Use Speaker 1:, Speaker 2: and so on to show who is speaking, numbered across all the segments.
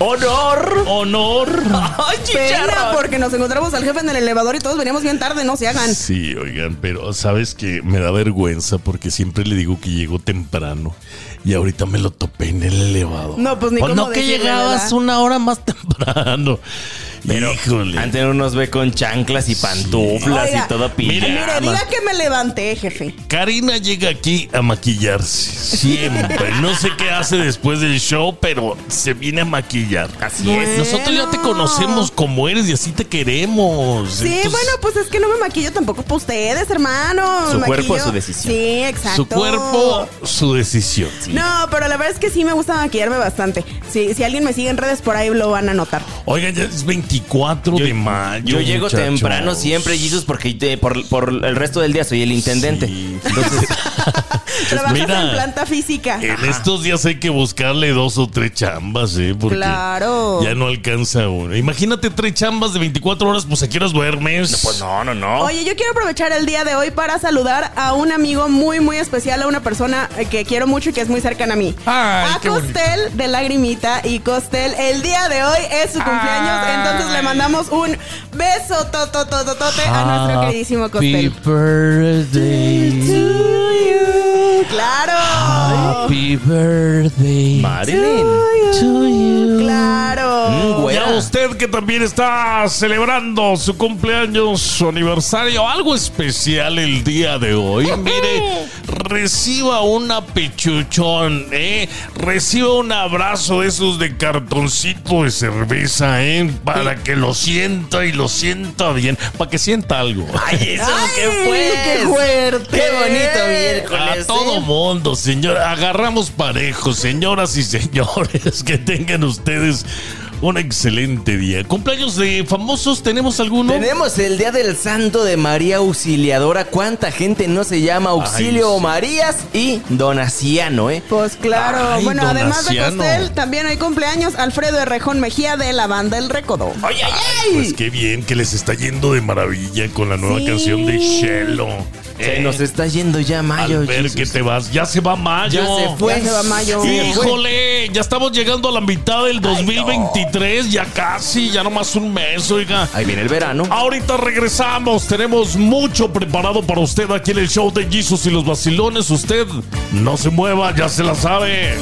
Speaker 1: Honor.
Speaker 2: honor.
Speaker 1: Ay,
Speaker 3: Pena,
Speaker 1: chicharrón.
Speaker 3: porque nos encontramos al jefe en el elevador y todos veníamos bien tarde, no se hagan.
Speaker 2: Sí, oigan, pero sabes que me da vergüenza porque siempre le digo que llego temprano y ahorita me lo topé en el elevador.
Speaker 3: No, pues ni
Speaker 2: Pues
Speaker 3: cómo
Speaker 2: no que
Speaker 3: decirle,
Speaker 2: llegabas
Speaker 3: ¿verdad?
Speaker 2: una hora más temprano.
Speaker 1: Pero
Speaker 2: Híjole.
Speaker 1: antes uno nos ve con chanclas y pantuflas
Speaker 3: Oiga,
Speaker 1: y todo
Speaker 3: Mire,
Speaker 1: pijama.
Speaker 3: diga que me levanté, jefe.
Speaker 2: Karina llega aquí a maquillarse. Siempre. No sé qué hace después del show, pero se viene a maquillar.
Speaker 1: Así es.
Speaker 2: Nosotros ya te
Speaker 3: Bueno.
Speaker 2: conocemos como eres y así te queremos.
Speaker 3: Sí,
Speaker 2: Entonces,
Speaker 3: bueno, pues es que no me maquillo tampoco para ustedes, hermano.
Speaker 1: Su
Speaker 3: Me
Speaker 1: cuerpo es
Speaker 3: maquillo-
Speaker 1: su decisión.
Speaker 3: Sí, exacto.
Speaker 2: Su cuerpo, su decisión.
Speaker 3: No, pero la verdad es que sí me gusta maquillarme bastante. Sí, si alguien me sigue en redes por ahí lo van a notar.
Speaker 2: Oigan, ya es 24 de mayo.
Speaker 1: Yo llego
Speaker 2: muchachos.
Speaker 1: temprano siempre, Jesus, porque te- por, por el resto del día soy el intendente.
Speaker 2: Sí.
Speaker 1: Entonces,
Speaker 3: Trabajas
Speaker 2: Pues mira. Eh,
Speaker 3: en planta física.
Speaker 2: En estos días hay que buscarle dos o tres chambas, ¿eh? Porque
Speaker 3: Claro.
Speaker 2: ya no alcanza uno. Imagínate tres chambas de 24 horas, pues a qué horas duermes.
Speaker 1: pues no, no,
Speaker 2: Oh.
Speaker 1: no.
Speaker 3: Oye, yo quiero aprovechar el día de hoy para saludar a un amigo muy, muy especial, a una persona eh, que quiero mucho y que es muy cercana a mí.
Speaker 2: Ay,
Speaker 3: a
Speaker 2: qué bonito.
Speaker 3: Costel de Lagrimita y Costel, el día de hoy es su cumpleaños, entonces le mandamos un beso tototototote a
Speaker 2: Ah,
Speaker 3: nuestro queridísimo Costel.
Speaker 4: birthday.
Speaker 3: ¡Claro!
Speaker 4: Happy birthday
Speaker 1: Marilyn.
Speaker 4: to you.
Speaker 3: ¡Claro!
Speaker 1: Mm,
Speaker 2: Y
Speaker 1: güera.
Speaker 2: a usted que también está celebrando su cumpleaños, su aniversario, algo especial el día de hoy. Mire, reciba una pechuchón, ¿eh? Reciba un abrazo de esos de cartoncito de cerveza, ¿eh? Para que lo sienta y lo sienta bien, para que sienta algo.
Speaker 1: Ay, eso qué fue.
Speaker 3: ¡Qué fuerte!
Speaker 1: Pues,
Speaker 3: Eh,
Speaker 1: Qué bonito miércoles.
Speaker 2: Eh,
Speaker 1: ¿eh?
Speaker 2: A todo mundo, señor. Agarramos parejos, señoras y señores. Que tengan ustedes un excelente día. ¿Cumpleaños de famosos tenemos alguno?
Speaker 1: Tenemos el Día del Santo de María Auxiliadora. ¿Cuánta gente no se llama Auxilio
Speaker 2: Ay, sí.
Speaker 1: Marías y Donaciano, eh?
Speaker 3: Pues claro.
Speaker 2: Ay,
Speaker 3: bueno,
Speaker 2: don
Speaker 3: además de
Speaker 2: Asiano.
Speaker 3: Costel, también hoy cumpleaños Alfredo Herrejón Mejía de la banda El Recodo.
Speaker 1: ¡Ay, ay, ay!
Speaker 2: Pues qué bien, que les está yendo de maravilla con la nueva
Speaker 3: Sí.
Speaker 2: canción de Shelo.
Speaker 1: Se
Speaker 2: Eh,
Speaker 1: nos está yendo ya mayo.
Speaker 2: al ver
Speaker 1: Jesus.
Speaker 2: que te vas, ya se va mayo.
Speaker 1: Ya se fue.
Speaker 3: Ya se va mayo.
Speaker 1: Sí, se fue.
Speaker 2: Híjole, ya estamos llegando a la mitad del 2023, ya casi, ya nomás un mes, oiga.
Speaker 1: Ahí viene el verano.
Speaker 2: Ahorita regresamos, tenemos mucho preparado para usted aquí en el show de Jesus y los vacilones. Usted no se mueva, ya se la sabe.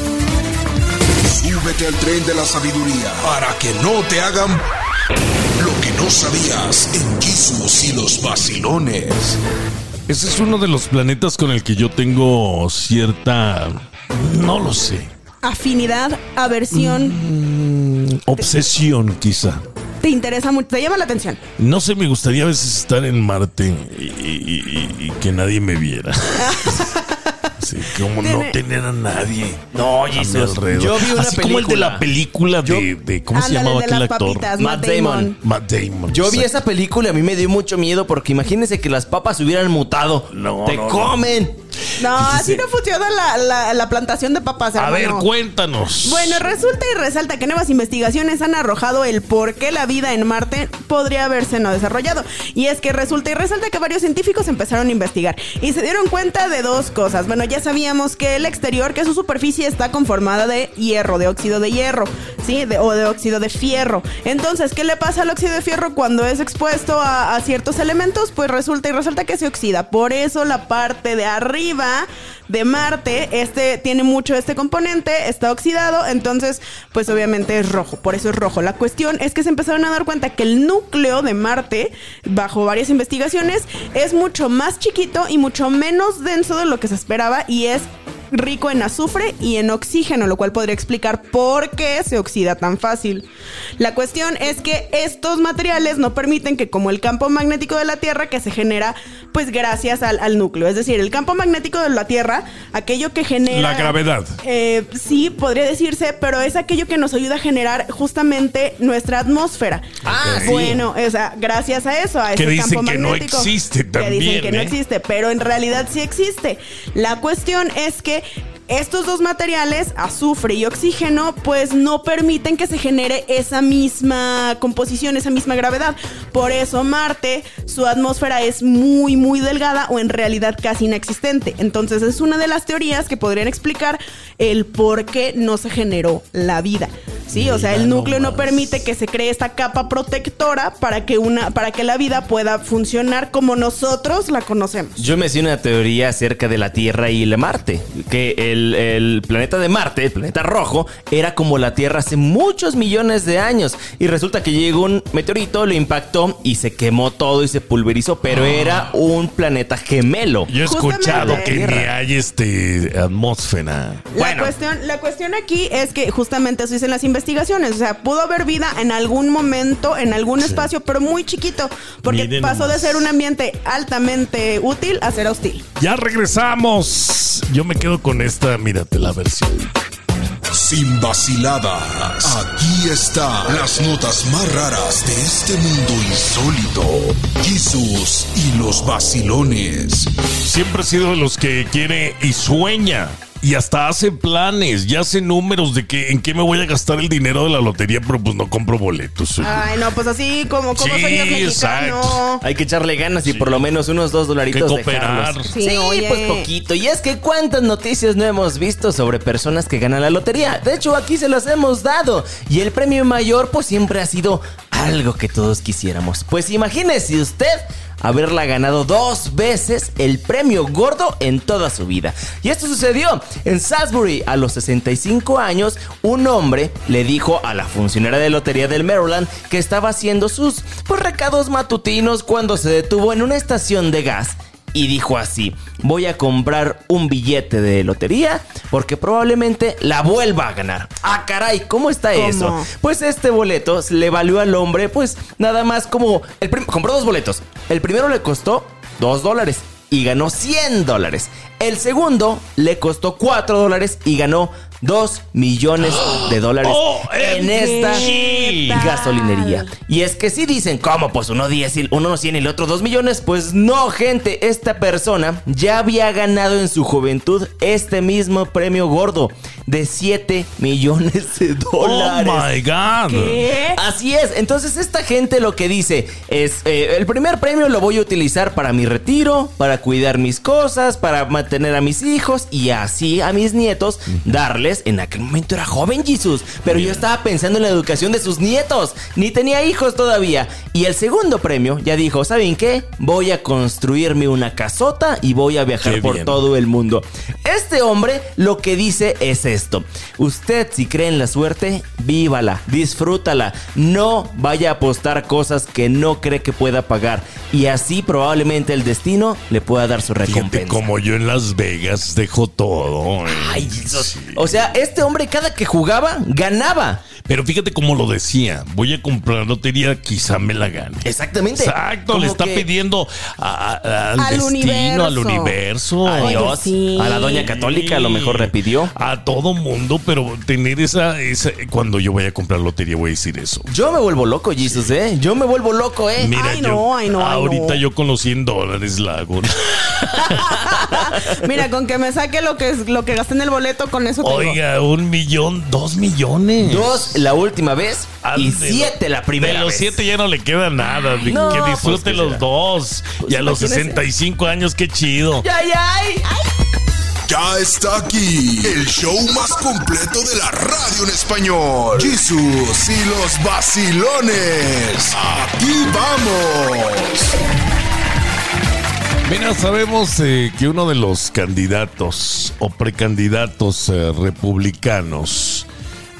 Speaker 5: Súbete al tren de la sabiduría para que no te hagan lo que no sabías en Jesús y los vacilones.
Speaker 2: Ese es uno de los planetas con el que yo tengo cierta, no lo sé,
Speaker 3: Afinidad, aversión,
Speaker 2: Mm. obsesión quizá.
Speaker 3: te interesa mucho, te llama la atención.
Speaker 2: No sé, me gustaría a veces estar en Marte y, y- y- y que nadie me viera. Sí, como no
Speaker 3: Tiene-
Speaker 2: tener a nadie.
Speaker 1: No,
Speaker 2: a mi alrededor.
Speaker 1: Yo vi una
Speaker 2: Así
Speaker 1: película.
Speaker 2: como el de la película de, de- ¿cómo se
Speaker 3: Ándale,
Speaker 2: llamaba
Speaker 3: de
Speaker 2: aquel
Speaker 3: las
Speaker 2: actor?
Speaker 3: papitas,
Speaker 1: Matt
Speaker 3: Matt
Speaker 1: Damon.
Speaker 3: Damon.
Speaker 2: Matt Damon.
Speaker 1: Yo vi
Speaker 2: exacto.
Speaker 1: esa película y a mí me dio mucho miedo porque imagínense que las papas hubieran mutado.
Speaker 2: No,
Speaker 1: te
Speaker 2: no, no.
Speaker 1: comen.
Speaker 3: No, así no funciona la, la- la plantación de papas.
Speaker 2: A ver,
Speaker 3: hermano.
Speaker 2: cuéntanos.
Speaker 3: Bueno, resulta y resalta que nuevas investigaciones han arrojado el por qué la vida en Marte podría haberse no desarrollado. Y es que resulta y resalta que varios científicos empezaron a investigar y se dieron cuenta de dos cosas. Bueno, ya sabíamos que el exterior, que su superficie está conformada de hierro, de óxido de hierro, ¿sí? De- o de óxido de fierro. Entonces, ¿qué le pasa al óxido de fierro cuando es expuesto a, a ciertos elementos? Pues resulta y resalta que se oxida. Por eso la parte de arriba de Marte, este tiene mucho este componente, está oxidado, entonces pues obviamente es rojo, por eso es rojo. La cuestión es que se empezaron a dar cuenta que el núcleo de Marte, bajo varias investigaciones, es mucho más chiquito y mucho menos denso de lo que se esperaba y es rico en azufre y en oxígeno, lo cual podría explicar por qué se oxida tan fácil. La cuestión es que estos materiales no permiten que como el campo magnético de la Tierra que se genera pues gracias al, al núcleo, es decir, el campo magnético de la Tierra, aquello que genera...
Speaker 2: La gravedad.
Speaker 3: Eh, sí, podría decirse, pero es aquello que nos ayuda a generar justamente nuestra atmósfera.
Speaker 1: Ah, sí.
Speaker 3: bueno, o sea, gracias a eso, a
Speaker 2: Que
Speaker 3: ese
Speaker 2: dicen
Speaker 3: campo
Speaker 2: que no
Speaker 3: magnético,
Speaker 2: existe
Speaker 3: Que dicen
Speaker 2: también,
Speaker 3: que no
Speaker 2: ¿eh?
Speaker 3: existe, pero en realidad sí existe. La cuestión es que Estos dos materiales, azufre y oxígeno, pues no permiten que se genere esa misma composición, esa misma gravedad. Por eso Marte, su atmósfera es muy, muy delgada o en realidad casi inexistente. Entonces es una de las teorías que podrían explicar el por qué no se generó la vida. Sí, o sea, el núcleo no permite que se cree esta capa protectora para que una, para que la vida pueda funcionar como nosotros la conocemos.
Speaker 1: Yo me hice una teoría acerca de la Tierra y el Marte. Que el, el planeta de Marte, el planeta rojo, era como la Tierra hace muchos millones de años. Y resulta que llegó un meteorito, lo impactó y se quemó todo y se pulverizó. Pero era un planeta gemelo.
Speaker 2: Ah. Yo he
Speaker 3: Justamente.
Speaker 2: escuchado que ni
Speaker 1: Tierra.
Speaker 2: hay este atmósfera.
Speaker 3: La,
Speaker 1: Bueno.
Speaker 3: cuestión, la cuestión aquí es que justamente eso dicen las investigaciones. O sea, pudo haber vida en algún momento, en algún espacio, pero muy chiquito. Porque
Speaker 2: Miren
Speaker 3: pasó
Speaker 2: nomás.
Speaker 3: de ser un ambiente altamente útil a ser hostil.
Speaker 2: Ya regresamos. Yo me quedo con esta, mírate la versión.
Speaker 5: Sin vaciladas, aquí están las notas más raras de este mundo insólito. Jesús y los vacilones.
Speaker 2: Siempre he sido de los que quiere y sueña. Y hasta hace planes, ya hace números de que en qué me voy a gastar el dinero de la lotería, pero pues no compro boletos.
Speaker 3: Ay, no, pues así como, como
Speaker 2: Sí,
Speaker 3: sueños mexicano.
Speaker 2: exacto.
Speaker 1: Hay que echarle ganas y por lo menos unos dos dolaritos
Speaker 2: Que cooperar.
Speaker 1: dejarlos.
Speaker 3: Sí,
Speaker 1: Sí,
Speaker 3: oye.
Speaker 1: pues poquito. Y es que cuántas noticias no hemos visto sobre personas que ganan la lotería. De hecho, aquí se las hemos dado. Y el premio mayor, pues siempre ha sido algo que todos quisiéramos. Pues imagínese usted haberla ganado dos veces el premio gordo en toda su vida. Y esto sucedió en Salisbury. A los 65 años, un hombre le dijo a la funcionaria de lotería del Maryland que estaba haciendo sus pues, recados matutinos cuando se detuvo en una estación de gas y dijo así, voy a comprar un billete de lotería porque probablemente la vuelva a ganar. Ah, caray, ¿cómo está
Speaker 3: ¿Cómo?
Speaker 1: eso? Pues este boleto se le valió al hombre, pues nada más como... El prim- compró dos boletos. El primero le costó 2 dólares y ganó 100 dólares. El segundo le costó 4 dólares y ganó 2 millones de dólares
Speaker 2: ¡Oh,
Speaker 1: en
Speaker 2: ¿qué
Speaker 1: esta
Speaker 2: tal?
Speaker 1: gasolinería. Y es que si dicen, ¿cómo? Pues uno 10 y uno 100 y el otro 2 millones. Pues no, gente. Esta persona ya había ganado en su juventud este mismo premio gordo de 7 millones de
Speaker 2: Oh
Speaker 1: dólares.
Speaker 2: my God.
Speaker 3: ¿Qué?
Speaker 1: Así es, entonces esta gente lo que dice es, eh, el primer premio lo voy a utilizar para mi retiro, para cuidar mis cosas, para mantener a mis hijos y así a mis nietos, darles, en aquel momento era joven Jesús, pero yo estaba pensando en la educación de sus nietos, ni tenía hijos todavía. Y el segundo premio ya dijo, ¿saben qué? Voy a construirme una casota y voy a viajar
Speaker 2: Qué
Speaker 1: por
Speaker 2: bien.
Speaker 1: todo todo el mundo. Este hombre lo que dice es esto. Usted si cree en la suerte, vívala, disfrútala. No vaya a apostar cosas que no cree que pueda pagar. Y así probablemente el destino le pueda dar su
Speaker 2: Fíjate
Speaker 1: recompensa.
Speaker 2: como yo en Las Vegas dejo todo. eh.
Speaker 1: Ay, Jesús.
Speaker 2: Sí.
Speaker 1: O sea, este hombre cada que jugaba, ganaba.
Speaker 2: Pero fíjate cómo lo decía. Voy a comprar lotería, quizá me la gane.
Speaker 1: Exactamente.
Speaker 2: Exacto,
Speaker 1: Como
Speaker 2: le está
Speaker 1: que-
Speaker 2: pidiendo a- a- al,
Speaker 3: Al
Speaker 2: destino, al
Speaker 3: universo.
Speaker 2: universo.
Speaker 1: A
Speaker 3: Oye,
Speaker 1: Dios,
Speaker 3: sí.
Speaker 1: a la doña católica a lo mejor le pidió.
Speaker 2: A todo mundo, pero tener esa, esa- Cuando yo vaya a comprar lotería, voy a decir eso.
Speaker 1: Yo me vuelvo loco, Jesús, ¿eh? Yo me vuelvo loco, ¿eh?
Speaker 2: Mira,
Speaker 3: Ay,
Speaker 2: yo,
Speaker 3: no, ay, no, ay,
Speaker 2: ahorita
Speaker 3: no.
Speaker 2: yo con los 100 dólares la hago.
Speaker 3: Mira, con que me saque lo que, es- lo que gasté en el boleto, con eso tengo.
Speaker 2: Oiga, un millón, dos millones.
Speaker 1: Dos la última vez y
Speaker 2: Ándale.
Speaker 1: siete la primera
Speaker 2: De los
Speaker 1: vez.
Speaker 2: siete ya no le queda nada. de-
Speaker 1: no,
Speaker 2: que disfrute
Speaker 1: pues, ¿qué
Speaker 2: los
Speaker 1: será?
Speaker 2: dos. y a los
Speaker 1: imagínese.
Speaker 2: 65 años, qué chido.
Speaker 1: ¡Ay, ay!
Speaker 5: Ya está aquí el show más completo de la radio en español. Jesús y los vacilones. Aquí vamos.
Speaker 2: Mira, sabemos eh, que uno de los candidatos o precandidatos eh, republicanos,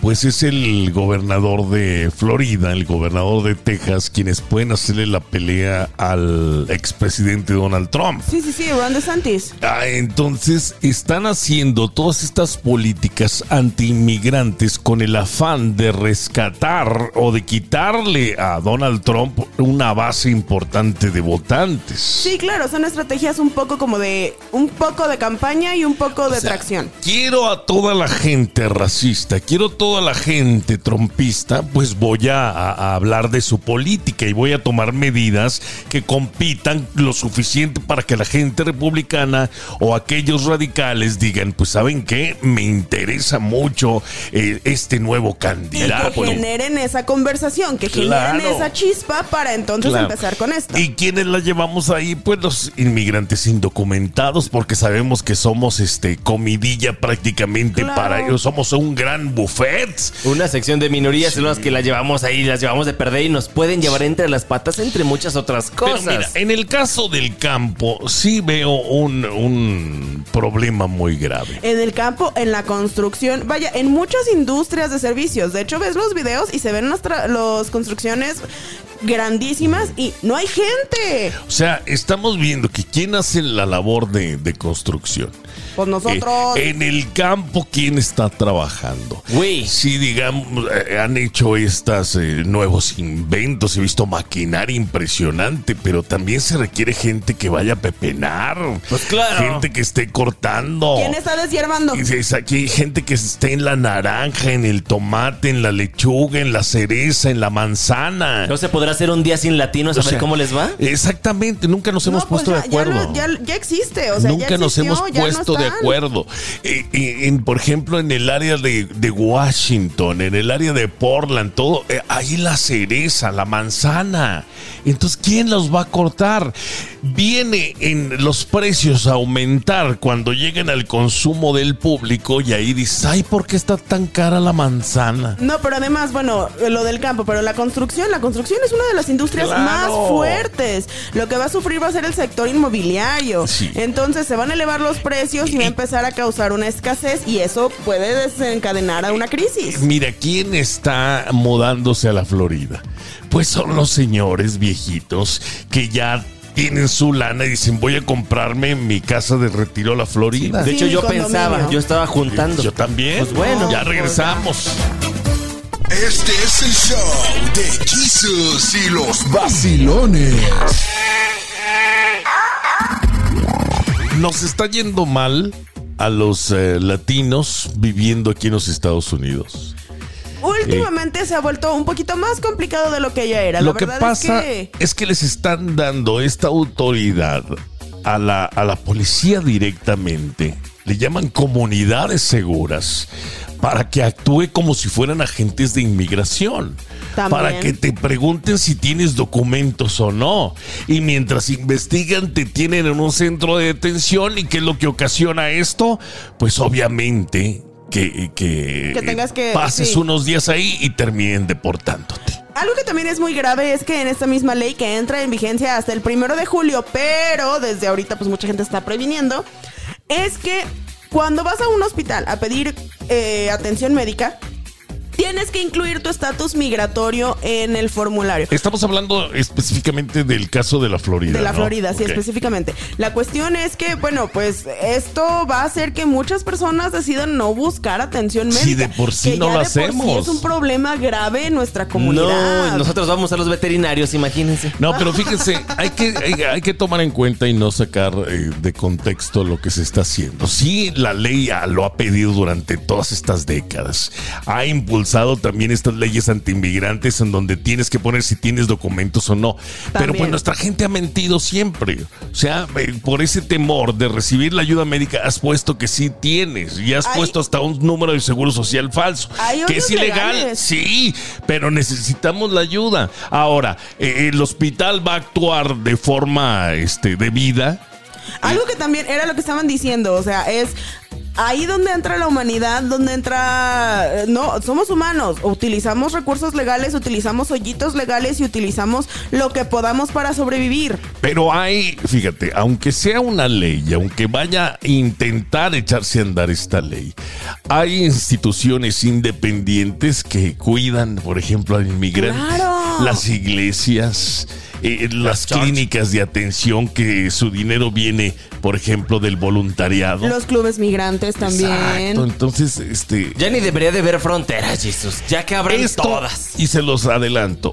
Speaker 2: pues es el gobernador de Florida, el gobernador de Texas, quienes pueden hacerle la pelea al expresidente Donald Trump.
Speaker 3: Sí, sí, sí, Ron DeSantis.
Speaker 2: Ah, entonces están haciendo todas estas políticas antiinmigrantes con el afán de rescatar o de quitarle a Donald Trump una base importante de votantes.
Speaker 3: Sí, claro, son estrategias un poco como de. Un poco de campaña y un poco de
Speaker 2: sea,
Speaker 3: tracción.
Speaker 2: Quiero a toda la gente racista, quiero a toda toda la gente trompista, pues voy a, a hablar de su política y voy a tomar medidas que compitan lo suficiente para que la gente republicana o aquellos radicales digan, pues saben qué, me interesa mucho eh, este nuevo
Speaker 3: Y que
Speaker 2: candidato.
Speaker 3: generen esa conversación, que generen
Speaker 2: Claro.
Speaker 3: esa chispa para entonces
Speaker 2: Claro.
Speaker 3: empezar con esto.
Speaker 2: ¿Y quiénes la llevamos ahí? Pues los inmigrantes indocumentados, porque sabemos que somos este comidilla prácticamente
Speaker 3: Claro.
Speaker 2: para ellos. Somos un gran buffet.
Speaker 1: Una sección de minorías son las que las llevamos ahí, las llevamos de perder y nos pueden llevar entre las patas, entre muchas otras
Speaker 2: Pero
Speaker 1: cosas.
Speaker 2: mira, eh, en el caso del campo, sí veo un, un problema muy grave.
Speaker 3: En el campo, en la construcción, vaya, en muchas industrias de servicios. De hecho, ves los videos y se ven las tra- los construcciones grandísimas y no hay gente.
Speaker 2: O sea, estamos viendo que quién hace la labor de, de construcción.
Speaker 3: Pues nosotros.
Speaker 2: Eh, en el campo, ¿quién está trabajando?
Speaker 1: Güey.
Speaker 2: Sí, digamos, eh, han hecho estos nuevos inventos, he visto maquinaria impresionante, pero también se requiere gente que vaya a pepenar.
Speaker 1: Pues claro.
Speaker 2: Gente que esté cortando.
Speaker 3: ¿Quién está deshiervando?
Speaker 2: Y dices, aquí hay gente que está en la naranja, en el tomate, en la lechuga, en la cereza, en la manzana.
Speaker 1: ¿No se podrá hacer un día sin latinos a
Speaker 2: O
Speaker 1: ver
Speaker 2: sea, eh,
Speaker 1: cómo les va?
Speaker 2: Exactamente, nunca nos hemos
Speaker 3: No, pues
Speaker 2: puesto de
Speaker 3: ya- ya
Speaker 2: acuerdo.
Speaker 3: lo- Ya, ya existe, o sea, ya
Speaker 2: Nunca nos
Speaker 3: existió,
Speaker 2: hemos
Speaker 3: ya no
Speaker 2: puesto de
Speaker 3: están.
Speaker 2: acuerdo. Eh, eh, en, por ejemplo, en el área de, de Washington, en el área de Portland, todo, eh, ahí la cereza, la manzana. Entonces, ¿quién los va a cortar? Viene en los precios a aumentar cuando lleguen al consumo del público y ahí dices, ay, ¿por qué está tan cara la manzana?
Speaker 3: No, pero además, bueno, lo del campo, pero la construcción, la construcción es una de las industrias
Speaker 2: Claro.
Speaker 3: más fuertes. Lo que va a sufrir va a ser el sector inmobiliario.
Speaker 2: Sí.
Speaker 3: Entonces se van a elevar los precios y va a empezar a causar una escasez y eso puede desencadenar a una crisis.
Speaker 2: Mira, ¿quién está mudándose a la Florida? Pues son los señores viejitos que ya tienen su lana y dicen, voy a comprarme mi casa de retiro a la Florida.
Speaker 1: De
Speaker 3: Sí,
Speaker 1: hecho,
Speaker 3: mi
Speaker 1: yo
Speaker 3: condominio.
Speaker 1: pensaba, yo estaba juntando.
Speaker 2: Yo también.
Speaker 1: Pues bueno.
Speaker 2: Ya regresamos.
Speaker 5: Este es el show de Jesus y los vacilones.
Speaker 2: Nos está yendo mal a los eh, latinos viviendo aquí en los Estados Unidos.
Speaker 3: Últimamente se ha vuelto un poquito más complicado de lo que ya era.
Speaker 2: Lo
Speaker 3: la
Speaker 2: que
Speaker 3: verdad
Speaker 2: pasa
Speaker 3: es que
Speaker 2: es que les están dando esta autoridad a la, a la policía directamente. Le llaman comunidades seguras para que actúe como si fueran agentes de inmigración.
Speaker 3: También.
Speaker 2: Para que te pregunten si tienes documentos o no. Y mientras investigan, te tienen en un centro de detención. ¿Y qué es lo que ocasiona esto? Pues obviamente que, que,
Speaker 3: Que tengas que-
Speaker 2: pases
Speaker 3: sí.
Speaker 2: unos días ahí y terminen deportándote.
Speaker 3: Algo que también es muy grave es que en esta misma ley que entra en vigencia hasta el primero de julio, pero desde ahorita pues mucha gente está previniendo, es que cuando vas a un hospital a pedir eh, atención médica, tienes que incluir tu estatus migratorio en el formulario.
Speaker 2: Estamos hablando específicamente del caso de la Florida.
Speaker 3: De la
Speaker 2: ¿no?
Speaker 3: Florida, sí,
Speaker 2: Ok.
Speaker 3: específicamente. La cuestión es que, bueno, pues esto va a hacer que muchas personas decidan no buscar atención médica.
Speaker 2: Sí, de por sí
Speaker 3: que
Speaker 2: no
Speaker 3: ya
Speaker 2: lo
Speaker 3: de por sí
Speaker 2: hacemos.
Speaker 3: es un problema grave en nuestra comunidad.
Speaker 1: No, nosotros vamos a los veterinarios, imagínense.
Speaker 2: No, pero fíjense, hay que, hay, hay que tomar en cuenta y no sacar eh, de contexto lo que se está haciendo. Sí, la ley ah, lo ha pedido durante todas estas décadas. Ha impulsado también estas leyes antiinmigrantes en donde tienes que poner si tienes documentos o no. Pero
Speaker 3: También.
Speaker 2: pues nuestra gente ha mentido siempre. O sea, eh, por ese temor de recibir la ayuda médica, has puesto que sí tienes y has
Speaker 3: Hay-
Speaker 2: puesto hasta un número de seguro social falso.
Speaker 3: Hay
Speaker 2: que es
Speaker 3: unos
Speaker 2: ilegal,
Speaker 3: legales.
Speaker 2: sí, pero necesitamos la ayuda. Ahora, eh, el hospital va a actuar de forma este, debida.
Speaker 3: Algo que también era lo que estaban diciendo, o sea, es ahí donde entra la humanidad, donde entra, eh, no, somos humanos, utilizamos recursos legales, utilizamos hoyitos legales y utilizamos lo que podamos para sobrevivir.
Speaker 2: Pero hay, fíjate, aunque sea una ley, y aunque vaya a intentar echarse a andar esta ley, hay instituciones independientes que cuidan, por ejemplo, al inmigrante,
Speaker 3: ¡Claro!
Speaker 2: las iglesias, eh, las
Speaker 1: church.
Speaker 2: clínicas de atención que su dinero viene, por ejemplo, del voluntariado.
Speaker 3: Los clubes migrantes también.
Speaker 2: Exacto, entonces, este,
Speaker 1: Ya ni debería de ver fronteras, Jesús. Ya que abran
Speaker 2: esto,
Speaker 1: todas.
Speaker 2: Y se los adelanto.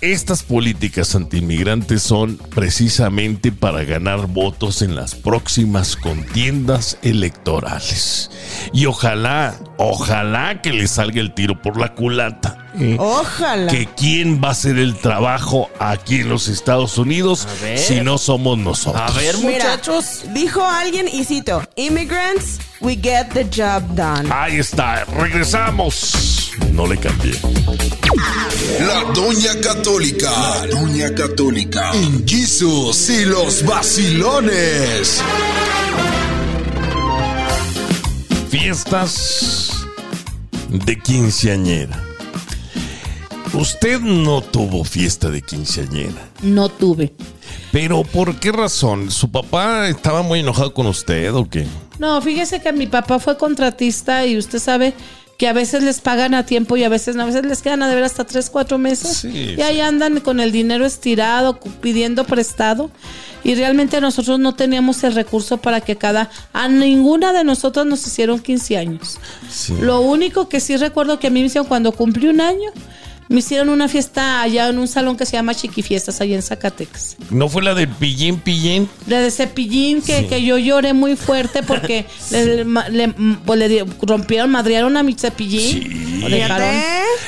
Speaker 2: Estas políticas antiinmigrantes son precisamente para ganar votos en las próximas contiendas electorales. Y ojalá, ojalá que le salga el tiro por la culata.
Speaker 3: Ojalá.
Speaker 2: Que quién va a hacer el trabajo aquí en los Estados Unidos
Speaker 1: A ver.
Speaker 2: si no somos nosotros.
Speaker 1: A ver,
Speaker 3: Mira,
Speaker 1: muchachos.
Speaker 3: Dijo alguien, y cito, immigrants, we get the job done.
Speaker 2: Ahí está, regresamos. No le cambié.
Speaker 5: La Doña Católica. La Doña Católica. En Jesus y los vacilones.
Speaker 2: Fiestas de quinceañera. Usted no tuvo fiesta de quinceañera.
Speaker 6: No tuve.
Speaker 2: Pero ¿por qué razón? ¿Su papá estaba muy enojado con usted o qué?
Speaker 6: No, fíjese que mi papá fue contratista y usted sabe que a veces les pagan a tiempo y a veces no, a veces les quedan a deber hasta tres, cuatro meses.
Speaker 2: Sí,
Speaker 6: y ahí andan con el dinero estirado, cu- pidiendo prestado. Y realmente nosotros no teníamos el recurso para que cada... A ninguna de nosotros nos hicieron 15 años.
Speaker 2: Sí.
Speaker 6: Lo único que sí recuerdo que a mí me hicieron cuando cumplí un año, me hicieron una fiesta allá en un salón que se llama Chiquifiestas, allá en Zacatecas.
Speaker 2: ¿No fue la de pillín pillín?
Speaker 6: La de cepillín, que, que yo lloré muy fuerte porque le, ma- le- mm, pues, le di- rompieron, madrearon a mi cepillín.
Speaker 2: Sí.
Speaker 6: Lo dejaron.
Speaker 3: ¿Eh?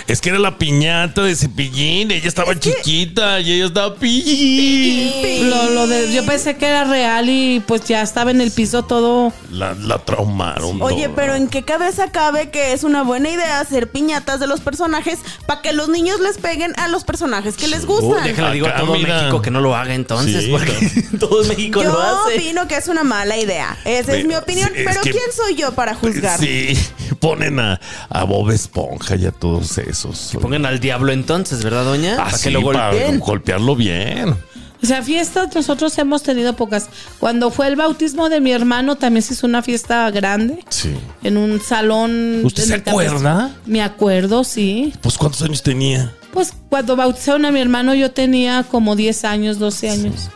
Speaker 2: Es que era la piñata de cepillín, ella estaba chiquita y ella estaba pillín.
Speaker 6: Lo- lo de- yo pensé que era real y pues ya estaba en el piso todo.
Speaker 2: La, la traumaron.
Speaker 3: Oye,
Speaker 2: ¿no?
Speaker 3: pero ¿en qué cabeza cabe que es una buena idea hacer piñatas de los personajes para que los niños les peguen a los personajes que les
Speaker 2: Oh,
Speaker 1: Uy,
Speaker 3: gustan?
Speaker 1: déjale, digo a
Speaker 2: Acá,
Speaker 1: todo
Speaker 2: mira.
Speaker 1: México que no lo haga entonces,
Speaker 2: Sí,
Speaker 1: porque todo México
Speaker 3: Yo
Speaker 1: lo hace.
Speaker 3: opino que es una mala idea. Esa es
Speaker 2: Pero,
Speaker 3: mi opinión,
Speaker 2: sí, es
Speaker 3: pero
Speaker 2: que- pues,
Speaker 3: ¿quién soy yo para juzgar?
Speaker 2: Sí, ponen a, a Bob Esponja y a todos esos.
Speaker 1: Pongan al diablo entonces, ¿verdad, doña? para
Speaker 2: Así,
Speaker 1: que lo golpeen.
Speaker 2: golpearlo bien.
Speaker 6: O sea, fiestas nosotros hemos tenido pocas. Cuando fue el bautismo de mi hermano también se hizo una fiesta grande
Speaker 2: Sí.
Speaker 6: en un salón.
Speaker 2: ¿Usted
Speaker 6: en
Speaker 2: se
Speaker 6: el campus.
Speaker 2: acuerda?
Speaker 6: Me acuerdo, sí.
Speaker 2: Pues ¿cuántos años tenía?
Speaker 6: Pues cuando bautizaron a mi hermano yo tenía como 10 años, 12 años.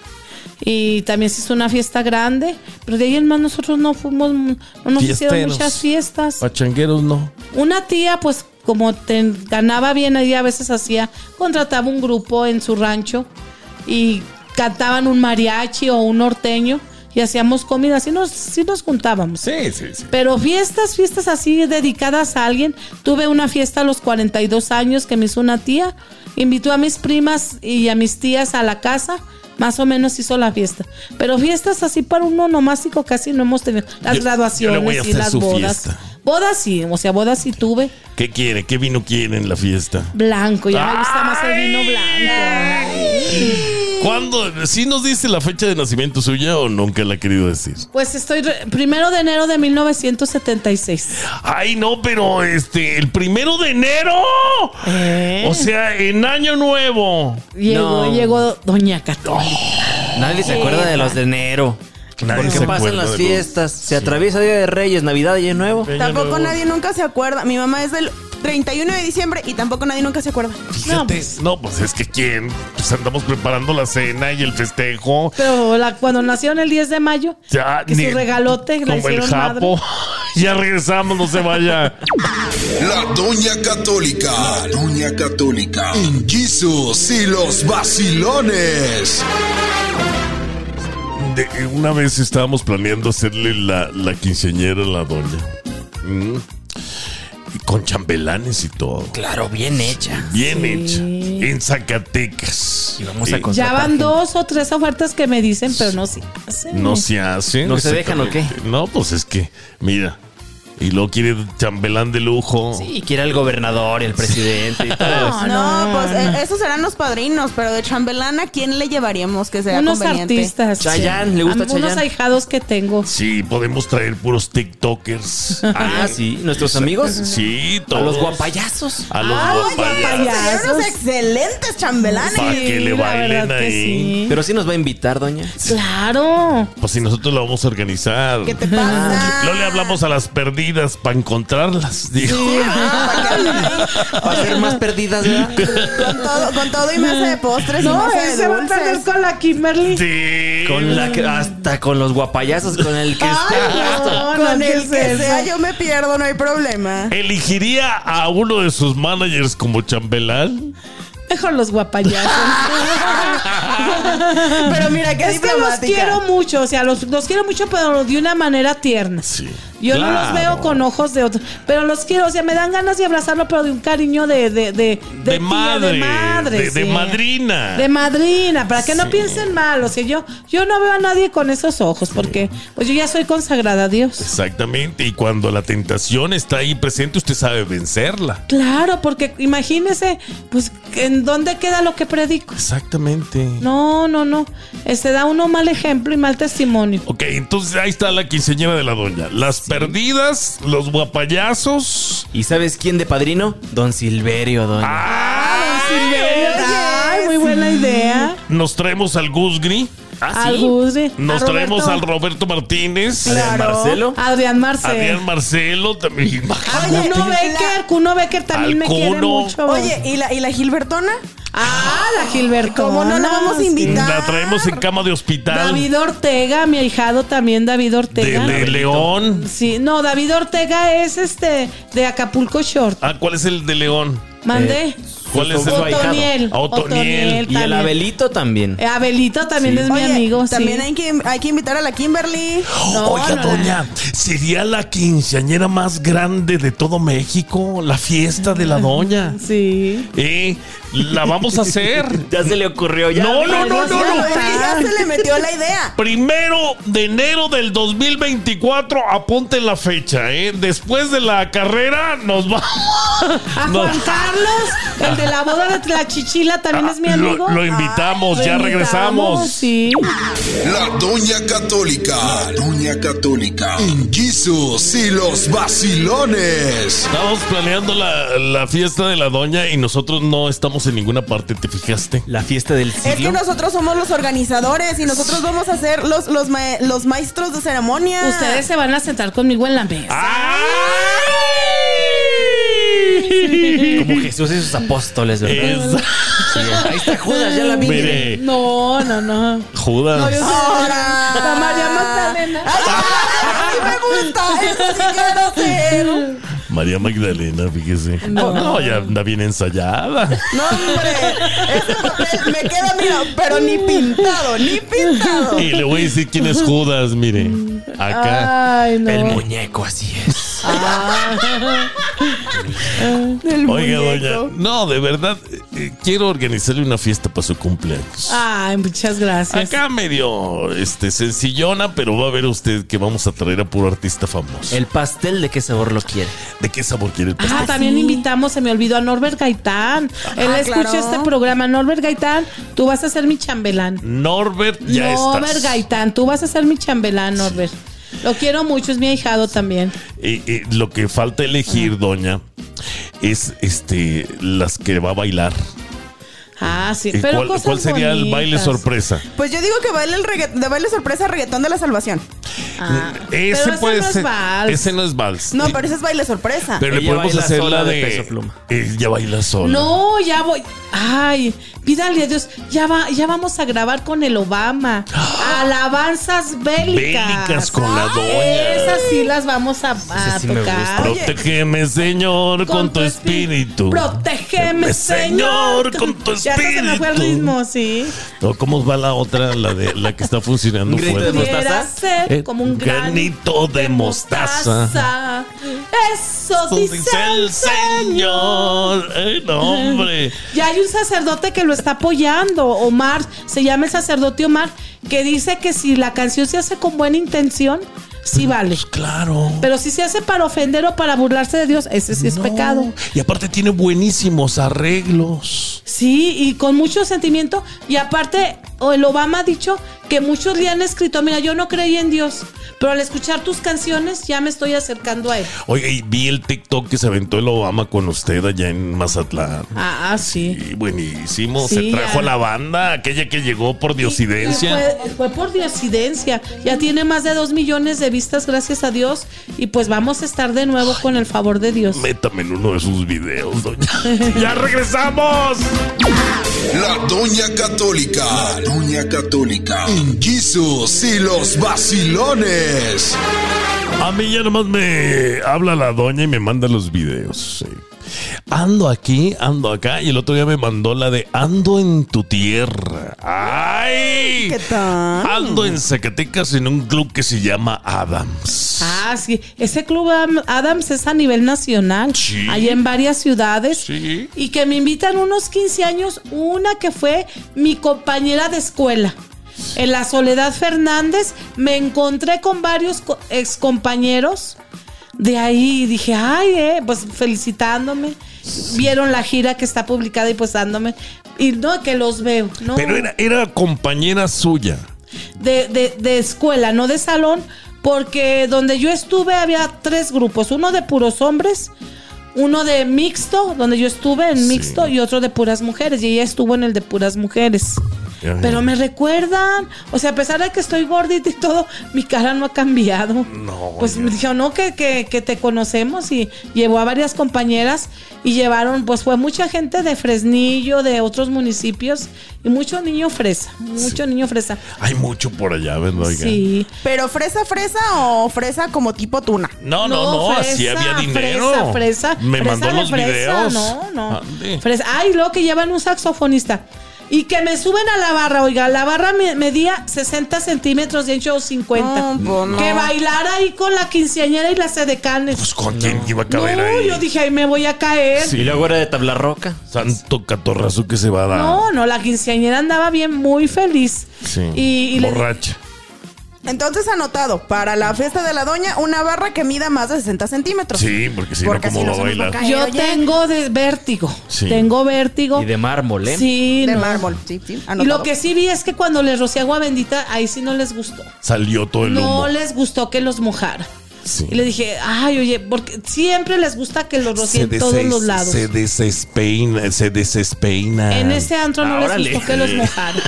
Speaker 6: Y también se hizo una fiesta grande, pero de ahí en más nosotros no fuimos, no nos hicieron
Speaker 2: Fiesteros.
Speaker 6: muchas fiestas.
Speaker 2: Pachangueros no.
Speaker 6: Una tía, pues como te- ganaba bien ahí, a veces hacía, contrataba un grupo en su rancho y cantaban un mariachi o un norteño y hacíamos comida, así nos, sí nos juntábamos.
Speaker 2: Sí, sí, sí.
Speaker 6: Pero fiestas, fiestas así dedicadas a alguien. Tuve una fiesta a los 42 años que me hizo una tía. Invitó a mis primas y a mis tías a la casa. Más o menos hizo la fiesta. Pero fiestas así para uno nomástico casi no hemos tenido. Las
Speaker 2: Yo- yo
Speaker 6: graduaciones
Speaker 2: le voy a
Speaker 6: y
Speaker 2: hacer
Speaker 6: las
Speaker 2: su
Speaker 6: bodas.
Speaker 2: fiesta.
Speaker 6: Bodas sí, o sea, bodas sí tuve.
Speaker 2: ¿Qué quiere? ¿Qué vino quiere en la fiesta?
Speaker 6: Blanco, ya me gusta más el vino blanco.
Speaker 2: ¿Cuándo? ¿Sí nos dice la fecha de nacimiento suya o nunca la ha querido decir?
Speaker 6: Pues estoy re- primero de enero de 1976.
Speaker 2: Ay, no, pero este, el primero de enero.
Speaker 6: ¿Eh?
Speaker 2: O sea, en año nuevo.
Speaker 6: Llegó,
Speaker 1: No.
Speaker 6: llegó Doña Católica.
Speaker 1: Nadie se acuerda de los de enero.
Speaker 2: Nadie
Speaker 1: Porque
Speaker 2: se
Speaker 1: pasan
Speaker 2: acuerda de
Speaker 1: las
Speaker 2: los-
Speaker 1: fiestas. Se atraviesa Día de Reyes, Navidad y Año Nuevo.
Speaker 3: Tampoco nadie nunca se acuerda. Mi mamá es del 31 de diciembre y tampoco nadie nunca se acuerda.
Speaker 6: No,
Speaker 2: Fíjate,
Speaker 6: pues.
Speaker 2: no, pues es que quién, pues andamos preparando la cena y el festejo.
Speaker 6: Pero la- cuando nacieron el 10 de mayo,
Speaker 2: Ya,
Speaker 6: que
Speaker 2: ni-
Speaker 6: su regalote la
Speaker 2: como el
Speaker 6: hicieron
Speaker 2: japo.
Speaker 6: madre.
Speaker 2: ya regresamos, no se vaya.
Speaker 5: La Doña Católica. La Doña Católica. En Jesus y los vacilones.
Speaker 2: De- una vez estábamos planeando hacerle la, la quinceañera a la doña. Mm. Y con chambelanes y todo.
Speaker 1: Claro, bien hecha.
Speaker 2: Bien hecha. En Zacatecas.
Speaker 1: Y vamos a con-
Speaker 6: Ya van dos o tres ofertas que me dicen, pero no se hacen.
Speaker 2: No se hace.
Speaker 1: ¿No se dejan o
Speaker 2: exactamente. No, pues es que, mira. Y luego quiere chambelán de lujo.
Speaker 1: Sí, quiere el gobernador y el presidente y todo eso.
Speaker 6: Ah,
Speaker 3: no,
Speaker 6: no,
Speaker 3: pues
Speaker 6: no.
Speaker 3: eh, esos serán los padrinos, pero de chambelán a quién le llevaríamos que sea
Speaker 6: Unos
Speaker 3: conveniente.
Speaker 6: artistas.
Speaker 1: Chayanne, ¿le gusta
Speaker 6: Algunos
Speaker 1: Chayanne?
Speaker 6: ahijados que tengo.
Speaker 2: Sí, podemos traer puros TikTokers.
Speaker 1: Ah, sí. ¿Nuestros amigos?
Speaker 2: Sí,
Speaker 1: A
Speaker 2: todos.
Speaker 1: los guapayazos.
Speaker 2: A los
Speaker 3: Ah, oye,
Speaker 2: guapayazos.
Speaker 3: esos serían unos excelentes chambelanes.
Speaker 2: Para que le
Speaker 6: la
Speaker 2: bailen
Speaker 6: verdad que
Speaker 2: ahí.
Speaker 1: Pero sí nos va a invitar, doña.
Speaker 6: sí. Claro.
Speaker 2: Pues si nosotros lo vamos a organizar.
Speaker 3: ¿Qué
Speaker 6: Ah.
Speaker 3: te pasa?
Speaker 2: No le hablamos a las perdidas para encontrarlas. Dijo.
Speaker 3: Ah, para que hablen ahí
Speaker 1: Va a ser más perdidas, ¿verdad?
Speaker 3: con, todo, con todo y mesa de postres y mesa de dulces.
Speaker 6: con la Kimberly.
Speaker 2: Sí.
Speaker 1: Con la que, hasta con los guapayazos, con el que
Speaker 3: Ay,
Speaker 1: está.
Speaker 6: no,
Speaker 3: con
Speaker 6: no, ¿qué
Speaker 3: el
Speaker 6: es
Speaker 3: que
Speaker 6: eso?
Speaker 3: sea yo me pierdo, no hay problema.
Speaker 2: ¿Elegiría a uno de sus managers como chambelán?
Speaker 6: Mejor los guapayazos.
Speaker 3: Pero mira, qué
Speaker 6: es que los
Speaker 3: diplomática.
Speaker 6: quiero mucho, o sea, los, los quiero mucho, pero de una manera tierna.
Speaker 2: Sí.
Speaker 6: Yo no
Speaker 2: Claro.
Speaker 6: los veo con ojos de otro, pero los quiero, o sea, me dan ganas de abrazarlo, pero de un cariño de de de,
Speaker 2: De,
Speaker 6: tía,
Speaker 2: madre.
Speaker 6: de madre,
Speaker 2: de, de
Speaker 6: sí.
Speaker 2: madrina.
Speaker 6: De madrina, para que no piensen mal, o sea, yo yo no veo a nadie con esos ojos, porque pues yo ya soy consagrada a Dios.
Speaker 2: Exactamente. Y cuando la tentación está ahí presente, usted sabe vencerla.
Speaker 6: Claro, porque imagínese, pues, ¿en dónde queda lo que predico?
Speaker 2: Exactamente.
Speaker 6: No, no, no. Este da uno mal ejemplo y mal testimonio.
Speaker 2: Ok, entonces ahí está la quinceañera de la doña. Las perdidas, los guapayazos.
Speaker 1: ¿Y sabes quién de padrino? Don Silverio, doña.
Speaker 2: ¡Ah!
Speaker 6: Ay, muy buena idea. eh,
Speaker 2: Nos traemos al Guzgri.
Speaker 6: Al Guzzi,
Speaker 2: ¿Ah, Nos
Speaker 6: a
Speaker 2: traemos al Roberto
Speaker 6: Roberto,
Speaker 2: Martínez.
Speaker 1: Adrián Marcelo.
Speaker 6: Adrián Marcel.
Speaker 2: Adrián Marcelo también.
Speaker 6: Al
Speaker 3: Oye,
Speaker 6: Cuno
Speaker 3: la-
Speaker 6: Becker, Cuno Becker también
Speaker 2: Al
Speaker 6: me quiere
Speaker 2: Cuno.
Speaker 6: mucho.
Speaker 3: Oye, ¿y la, ¿y la Gilbertona?
Speaker 6: ah, la Gilberto.
Speaker 3: ¿Cómo no la vamos a invitar?
Speaker 2: La traemos en cama de hospital.
Speaker 6: David Ortega, mi ahijado también, David
Speaker 2: de,
Speaker 6: Ortega.
Speaker 2: de León.
Speaker 6: Sí, no, David Ortega es este de Acapulco Short.
Speaker 2: Ah, ¿cuál es el de León?
Speaker 6: Mandé.
Speaker 2: ¿Cuál Eh, es el
Speaker 1: su ahijado.
Speaker 6: Otoniel.
Speaker 2: A Otoniel.
Speaker 1: Y el
Speaker 6: también.
Speaker 1: Abelito también.
Speaker 6: Eh, Abelito también
Speaker 1: Sí.
Speaker 6: es
Speaker 3: Oye,
Speaker 6: mi amigo.
Speaker 3: También
Speaker 6: sí.
Speaker 3: hay, que, hay que invitar a la Kimberly.
Speaker 6: No,
Speaker 2: Oh, Oiga,
Speaker 6: no, no.
Speaker 2: doña, ¿sería la quinceañera más grande de todo México? La fiesta de la doña.
Speaker 6: Sí.
Speaker 2: ¿Eh? ¿La vamos a hacer?
Speaker 1: Ya se le ocurrió ya.
Speaker 2: No, no,
Speaker 3: Ya,
Speaker 2: no, no, no.
Speaker 3: es que
Speaker 6: Ah.
Speaker 3: ya se le metió la idea.
Speaker 2: Primero de enero del 2024, apunte la fecha, ¿eh? Después de la carrera nos vamos.
Speaker 6: A
Speaker 2: nos-
Speaker 6: Juan Carlos, el de la boda de Tlachichila, también es mi
Speaker 2: Ah, Lo-
Speaker 6: amigo.
Speaker 2: Lo, invitamos,
Speaker 6: Lo
Speaker 2: ya
Speaker 6: invitamos,
Speaker 2: regresamos.
Speaker 6: Sí.
Speaker 5: La Doña Católica. La Doña Católica. En Jesus y los vacilones.
Speaker 2: Estamos planeando la, la fiesta de la doña y nosotros no estamos en ninguna parte, ¿te fijaste?
Speaker 1: La fiesta del
Speaker 3: Es que
Speaker 1: siglo.
Speaker 3: nosotros somos los organizadores y nosotros vamos a ser los, los, ma- los maestros de ceremonia.
Speaker 6: Ustedes se van a sentar conmigo en la mesa.
Speaker 2: ¡Ay!
Speaker 1: Como Jesús y sus apóstoles, ¿verdad?
Speaker 2: Es-
Speaker 1: Sí, ahí está
Speaker 2: Ah,
Speaker 1: Judas, ya la vi.
Speaker 2: Mire,
Speaker 6: No, no, no.
Speaker 2: Judas.
Speaker 3: Ah, Ahora.
Speaker 6: La María Magdalena.
Speaker 3: Ay, sí me gusta. Eso sí quiero hacer.
Speaker 2: María Magdalena, fíjese. No. ya anda bien ensayada.
Speaker 3: No, hombre. Ese papel me queda, mira, pero ni pintado, ni pintado.
Speaker 2: Y le voy a decir quién es Judas, mire. Acá.
Speaker 1: Ah,
Speaker 6: Ay, no.
Speaker 1: El muñeco, así es.
Speaker 2: Oiga, doña. No, de verdad, eh, quiero organizarle una fiesta para su cumpleaños.
Speaker 1: Ah,
Speaker 6: Ay, muchas gracias.
Speaker 2: Acá medio este, sencillona, pero va a ver usted que vamos a traer a puro artista famoso.
Speaker 1: El pastel de qué sabor lo quiere.
Speaker 2: ¿De qué sabor quiere el pastel?
Speaker 6: Ah, también invitamos, se me olvidó, a Norbert Gaitán. Él
Speaker 3: Ah,
Speaker 6: escucha
Speaker 3: claro.
Speaker 6: este programa. Norbert Gaitán, tú vas a ser mi chambelán.
Speaker 2: Norbert, ya
Speaker 6: Norbert
Speaker 2: estás.
Speaker 6: Gaitán, tú vas a ser mi chambelán, Norbert. Lo quiero mucho, es mi ahijado también.
Speaker 2: Eh, eh, lo que falta elegir, doña, es este las que va a bailar.
Speaker 6: Ah, sí.
Speaker 2: Eh,
Speaker 6: Pero
Speaker 2: ¿Cuál,
Speaker 6: cosas
Speaker 2: cuál sería el baile
Speaker 6: bonitas.
Speaker 2: sorpresa?
Speaker 3: Pues yo digo que baile el regga- de baile sorpresa reggaetón de la salvación.
Speaker 6: Ah,
Speaker 2: Ese
Speaker 6: pero
Speaker 2: puede
Speaker 6: no es
Speaker 2: ser.
Speaker 6: vals.
Speaker 2: Ese no es vals.
Speaker 3: No,
Speaker 2: Eh,
Speaker 3: pero ese es baile sorpresa.
Speaker 2: pero le
Speaker 1: Ella
Speaker 2: podemos
Speaker 1: baila
Speaker 2: hacer
Speaker 1: sola
Speaker 2: la de.
Speaker 1: de Peso Pluma.
Speaker 2: Ella baila sola.
Speaker 6: No, ya voy. Ay, pídale a Dios, ya va, ya vamos a grabar con el Obama. Alabanzas bélicas.
Speaker 2: Bélicas con la
Speaker 6: Ay,
Speaker 2: doña.
Speaker 6: Esas sí las vamos a, a
Speaker 1: Esas sí me
Speaker 6: tocar.
Speaker 1: gustan.
Speaker 2: Protégeme, Señor, con, tu espíritu.
Speaker 6: Protégeme, Señor,
Speaker 2: con tu
Speaker 6: Ya hasta se me fue el
Speaker 2: espíritu.
Speaker 6: ritmo, sí.
Speaker 2: No, ¿Cómo va la otra, la de la que está funcionando
Speaker 1: Un grito de
Speaker 2: fuerte?
Speaker 1: mostaza.
Speaker 6: Pudiera ser
Speaker 2: Eh,
Speaker 6: como un granito
Speaker 2: granito de
Speaker 6: de
Speaker 2: mostaza.
Speaker 6: mostaza. Eso
Speaker 2: Eso
Speaker 6: dice el Señor.
Speaker 2: Eh, no, hombre.
Speaker 6: Ya hay un sacerdote que lo está apoyando, Omar, se llama el sacerdote Omar, que dice que si la canción se hace con buena intención, sí vale.
Speaker 2: Pues claro.
Speaker 6: Pero si se hace para ofender o para burlarse de Dios, ese sí es
Speaker 2: No.
Speaker 6: pecado.
Speaker 2: Y aparte tiene buenísimos arreglos.
Speaker 6: Sí, y con mucho sentimiento. Y aparte, o el Obama ha dicho que muchos le han escrito, mira, yo no creí en Dios, pero al escuchar tus canciones ya me estoy acercando a él.
Speaker 2: Oye, y vi el TikTok que se aventó el Obama con usted allá en Mazatlán.
Speaker 6: Ah, ah, sí.
Speaker 2: Y buenísimo,
Speaker 6: Sí,
Speaker 2: se trajo
Speaker 6: ya.
Speaker 2: a la banda, aquella que llegó por diosidencia.
Speaker 6: Y Fue, fue por diosidencia. Ya tiene más de dos millones de vistas, gracias a Dios. Y pues vamos a estar de nuevo con el favor de Dios.
Speaker 2: Métame en uno de sus videos, doña. ¡Ya regresamos!
Speaker 5: La Doña Católica. La Doña Católica. En Jesus y los vacilones.
Speaker 2: A mí ya nomás me habla la doña y me manda los videos. sí. Ando aquí, ando acá. Y el otro día me mandó la de Ando en tu tierra. ¡Ay!
Speaker 3: ¿Qué tal?
Speaker 2: Ando en Zacatecas en un club que se llama Adams.
Speaker 6: Ah, sí. Ese club Am- Adams es a nivel nacional.
Speaker 2: Sí.
Speaker 6: Hay en varias ciudades.
Speaker 2: Sí.
Speaker 6: Y que me invitan unos 15 años, una que fue mi compañera de escuela. En la Soledad Fernández me encontré con varios co- excompañeros de ahí y dije, ay, eh, pues felicitándome. Vieron la gira que está publicada y pues dándome. Y no, que los veo. No,
Speaker 2: Pero era, era compañera suya.
Speaker 6: de, de- de escuela, no de salón, porque donde yo estuve había tres grupos, uno de puros hombres, uno de mixto, donde yo estuve en mixto, y otro de puras mujeres, y ella estuvo en el de puras mujeres.
Speaker 2: Ajá.
Speaker 6: Pero me recuerdan, o sea, a pesar de que estoy gordita y todo, mi cara no ha cambiado.
Speaker 2: No,
Speaker 6: Pues
Speaker 2: ya.
Speaker 6: me dijeron, no, que, que, que te conocemos y llevó a varias compañeras y llevaron, pues fue mucha gente de Fresnillo, de otros municipios y mucho niño fresa, mucho niño fresa.
Speaker 2: Hay mucho por allá, ¿verdad? oiga?
Speaker 6: Sí.
Speaker 3: ¿Pero fresa, fresa o fresa como tipo tuna?
Speaker 2: No, no, no, así
Speaker 6: fresa,
Speaker 2: había dinero.
Speaker 6: Fresa, fresa.
Speaker 2: Me
Speaker 6: fresa
Speaker 2: mandó
Speaker 6: de
Speaker 2: los
Speaker 6: fresa,
Speaker 2: videos. Ah,
Speaker 6: No, no.
Speaker 2: Ande.
Speaker 6: Fresa. Ay, luego que llevan un saxofonista. Y que me suben a la barra, oiga, la barra me- medía 60 centímetros de ancho o 50.
Speaker 3: No, pues, no.
Speaker 6: Que bailara ahí con la quinceañera y las edecanes.
Speaker 2: Pues con quién iba a
Speaker 6: No,
Speaker 2: caber ahí.
Speaker 6: yo dije, ay, me voy a caer.
Speaker 2: Sí.
Speaker 1: Y luego era de tabla roca.
Speaker 2: Santo catorrazo que se va a dar.
Speaker 6: No, no, la quinceañera andaba bien, muy feliz.
Speaker 2: Sí.
Speaker 6: Y, y le
Speaker 2: Borracha.
Speaker 3: Entonces anotado, para la fiesta de la doña, una barra que mida más de 60 centímetros.
Speaker 2: Sí, porque si no,
Speaker 3: Porque
Speaker 2: ¿cómo
Speaker 3: si no
Speaker 2: va a
Speaker 3: se nos va a
Speaker 2: bailar?
Speaker 3: caer.
Speaker 6: yo
Speaker 3: Oye.
Speaker 6: tengo de- vértigo.
Speaker 2: Sí.
Speaker 6: Tengo vértigo.
Speaker 1: Y de mármol, ¿eh?
Speaker 6: Sí,
Speaker 3: De
Speaker 6: no.
Speaker 3: mármol, sí, sí.
Speaker 6: Y
Speaker 3: anotado.
Speaker 6: lo que sí vi es que cuando les rocié agua bendita, ahí sí no les gustó.
Speaker 2: Salió todo el humo.
Speaker 6: No les gustó que los mojara.
Speaker 2: Sí.
Speaker 6: Y le dije, ay, oye, porque siempre les gusta que los rocíen en todos
Speaker 2: deses-
Speaker 6: los lados.
Speaker 2: se desespeina, se desespeina.
Speaker 6: En este ese antro
Speaker 2: Ah,
Speaker 6: no
Speaker 1: Órale.
Speaker 6: les gustó que los mojara.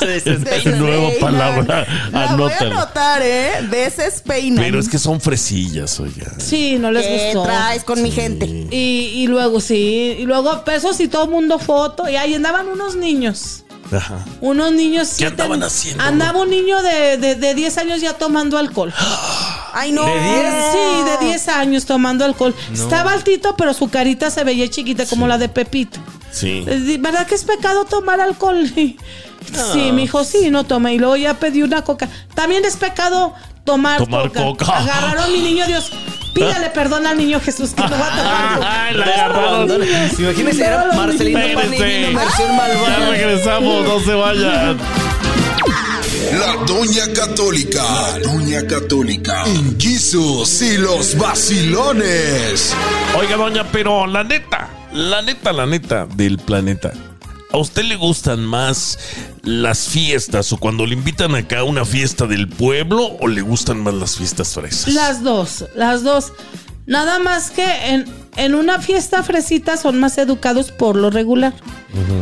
Speaker 3: Despeina.
Speaker 2: Nueva palabra,
Speaker 3: La voy a
Speaker 2: anótala.
Speaker 3: anotar, ¿eh? Desespeinan.
Speaker 2: Pero es que son fresillas, oiga.
Speaker 6: Sí, no les
Speaker 3: ¿Qué
Speaker 6: gustó.
Speaker 3: traes con mi gente?
Speaker 6: Y, y luego sí, y luego pesos y todo mundo foto. Y ahí andaban unos niños.
Speaker 2: Ajá.
Speaker 6: Unos niños.
Speaker 2: ¿Qué
Speaker 6: siete-
Speaker 2: andaban haciendo?
Speaker 6: Andaba un niño de, de, de 10 años ya tomando alcohol.
Speaker 3: Ay, no.
Speaker 1: ¿De diez?
Speaker 6: Sí, de 10 años tomando alcohol. Estaba altito, pero su carita se veía chiquita como la de Pepito.
Speaker 2: Sí.
Speaker 6: Eh, di- ¿Verdad que es pecado tomar alcohol?
Speaker 2: Ah.
Speaker 6: Sí, mi hijo, sí, no tomé. Y luego ya pedí una coca. También es pecado tomar,
Speaker 2: Tomar coca.
Speaker 6: Agarraron a mi niño Dios. Pídale perdón al niño Jesús que no va a tomar coca.
Speaker 2: Ay, la agarraron.
Speaker 1: Imagínense, era Marcelino
Speaker 2: Espérense.
Speaker 1: Panini en versión malvada.
Speaker 2: Ya regresamos, no se vayan.
Speaker 5: La Doña Católica. La Doña Católica. En Jesus y los vacilones.
Speaker 2: Oiga, doña, pero la neta, la neta, la neta del planeta. ¿A usted le gustan más las fiestas o cuando le invitan acá a una fiesta del pueblo o le gustan más las fiestas fresas?
Speaker 6: Las dos, las dos. Nada más que en, en una fiesta fresita son más educados por lo regular.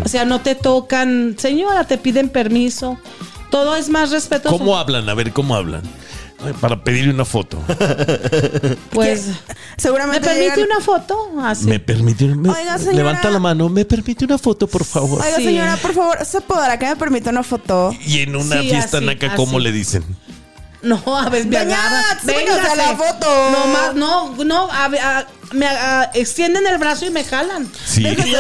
Speaker 6: O sea, no te tocan, señora, te piden permiso. Todo es más respetuoso.
Speaker 2: ¿Cómo hablan? A ver, ¿cómo hablan? Ay, Para pedirle una foto.
Speaker 6: Pues, ¿me
Speaker 3: Seguramente
Speaker 6: permite
Speaker 3: llegan-
Speaker 6: una foto? Ah, Así.
Speaker 2: ¿Me permite una
Speaker 3: Oiga, señora.
Speaker 2: Levanta la mano, ¿me permite una foto, por favor?
Speaker 3: Oiga,
Speaker 6: Sí.
Speaker 3: señora, por favor, ¿se podrá que me permita una foto?
Speaker 2: Y en una
Speaker 6: Sí,
Speaker 2: fiesta
Speaker 6: así,
Speaker 2: naca, ¿cómo
Speaker 6: así.
Speaker 2: le dicen?
Speaker 6: No, a ver, me
Speaker 3: Doña,
Speaker 6: agarra.
Speaker 3: súbete a la
Speaker 6: Véngase.
Speaker 3: foto.
Speaker 6: No, más, no, no, a ver, a- me a- extienden el brazo y me jalan.
Speaker 2: Sí.
Speaker 3: Déjase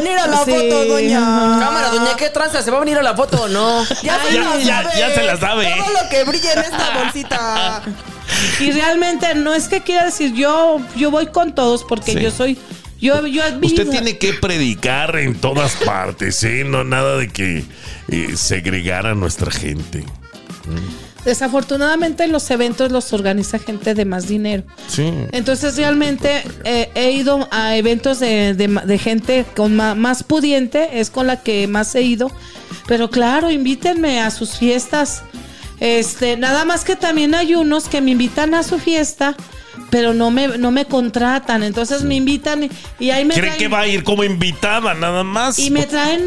Speaker 3: venir a la
Speaker 6: Sí.
Speaker 3: foto, doña.
Speaker 1: Cámara, doña, ¿qué tranza? ¿Se va a venir a la foto o no?
Speaker 3: Ya,
Speaker 6: Ay,
Speaker 3: se la
Speaker 6: ya-
Speaker 3: sabe.
Speaker 2: ya se la sabe.
Speaker 3: Todo lo que brilla en esta bolsita.
Speaker 6: Y realmente no es que quiera decir, yo, yo voy con todos porque
Speaker 2: Sí.
Speaker 6: yo soy, yo, yo
Speaker 2: Usted tiene que predicar en todas partes, ¿eh? No nada de que eh, segregar a nuestra gente.
Speaker 6: Desafortunadamente los eventos los organiza gente de más dinero.
Speaker 2: Sí.
Speaker 6: Entonces realmente eh, he ido a eventos de, de ma- de gente con ma- más pudiente, es con la que más he ido. Pero claro, invítenme a sus fiestas. Este, nada más que también hay unos que me invitan a su fiesta, pero no me, no me contratan. Entonces me invitan y, y ahí me
Speaker 2: ¿Cree
Speaker 6: traen-
Speaker 2: que va a ir como invitada nada más?
Speaker 6: y me traen,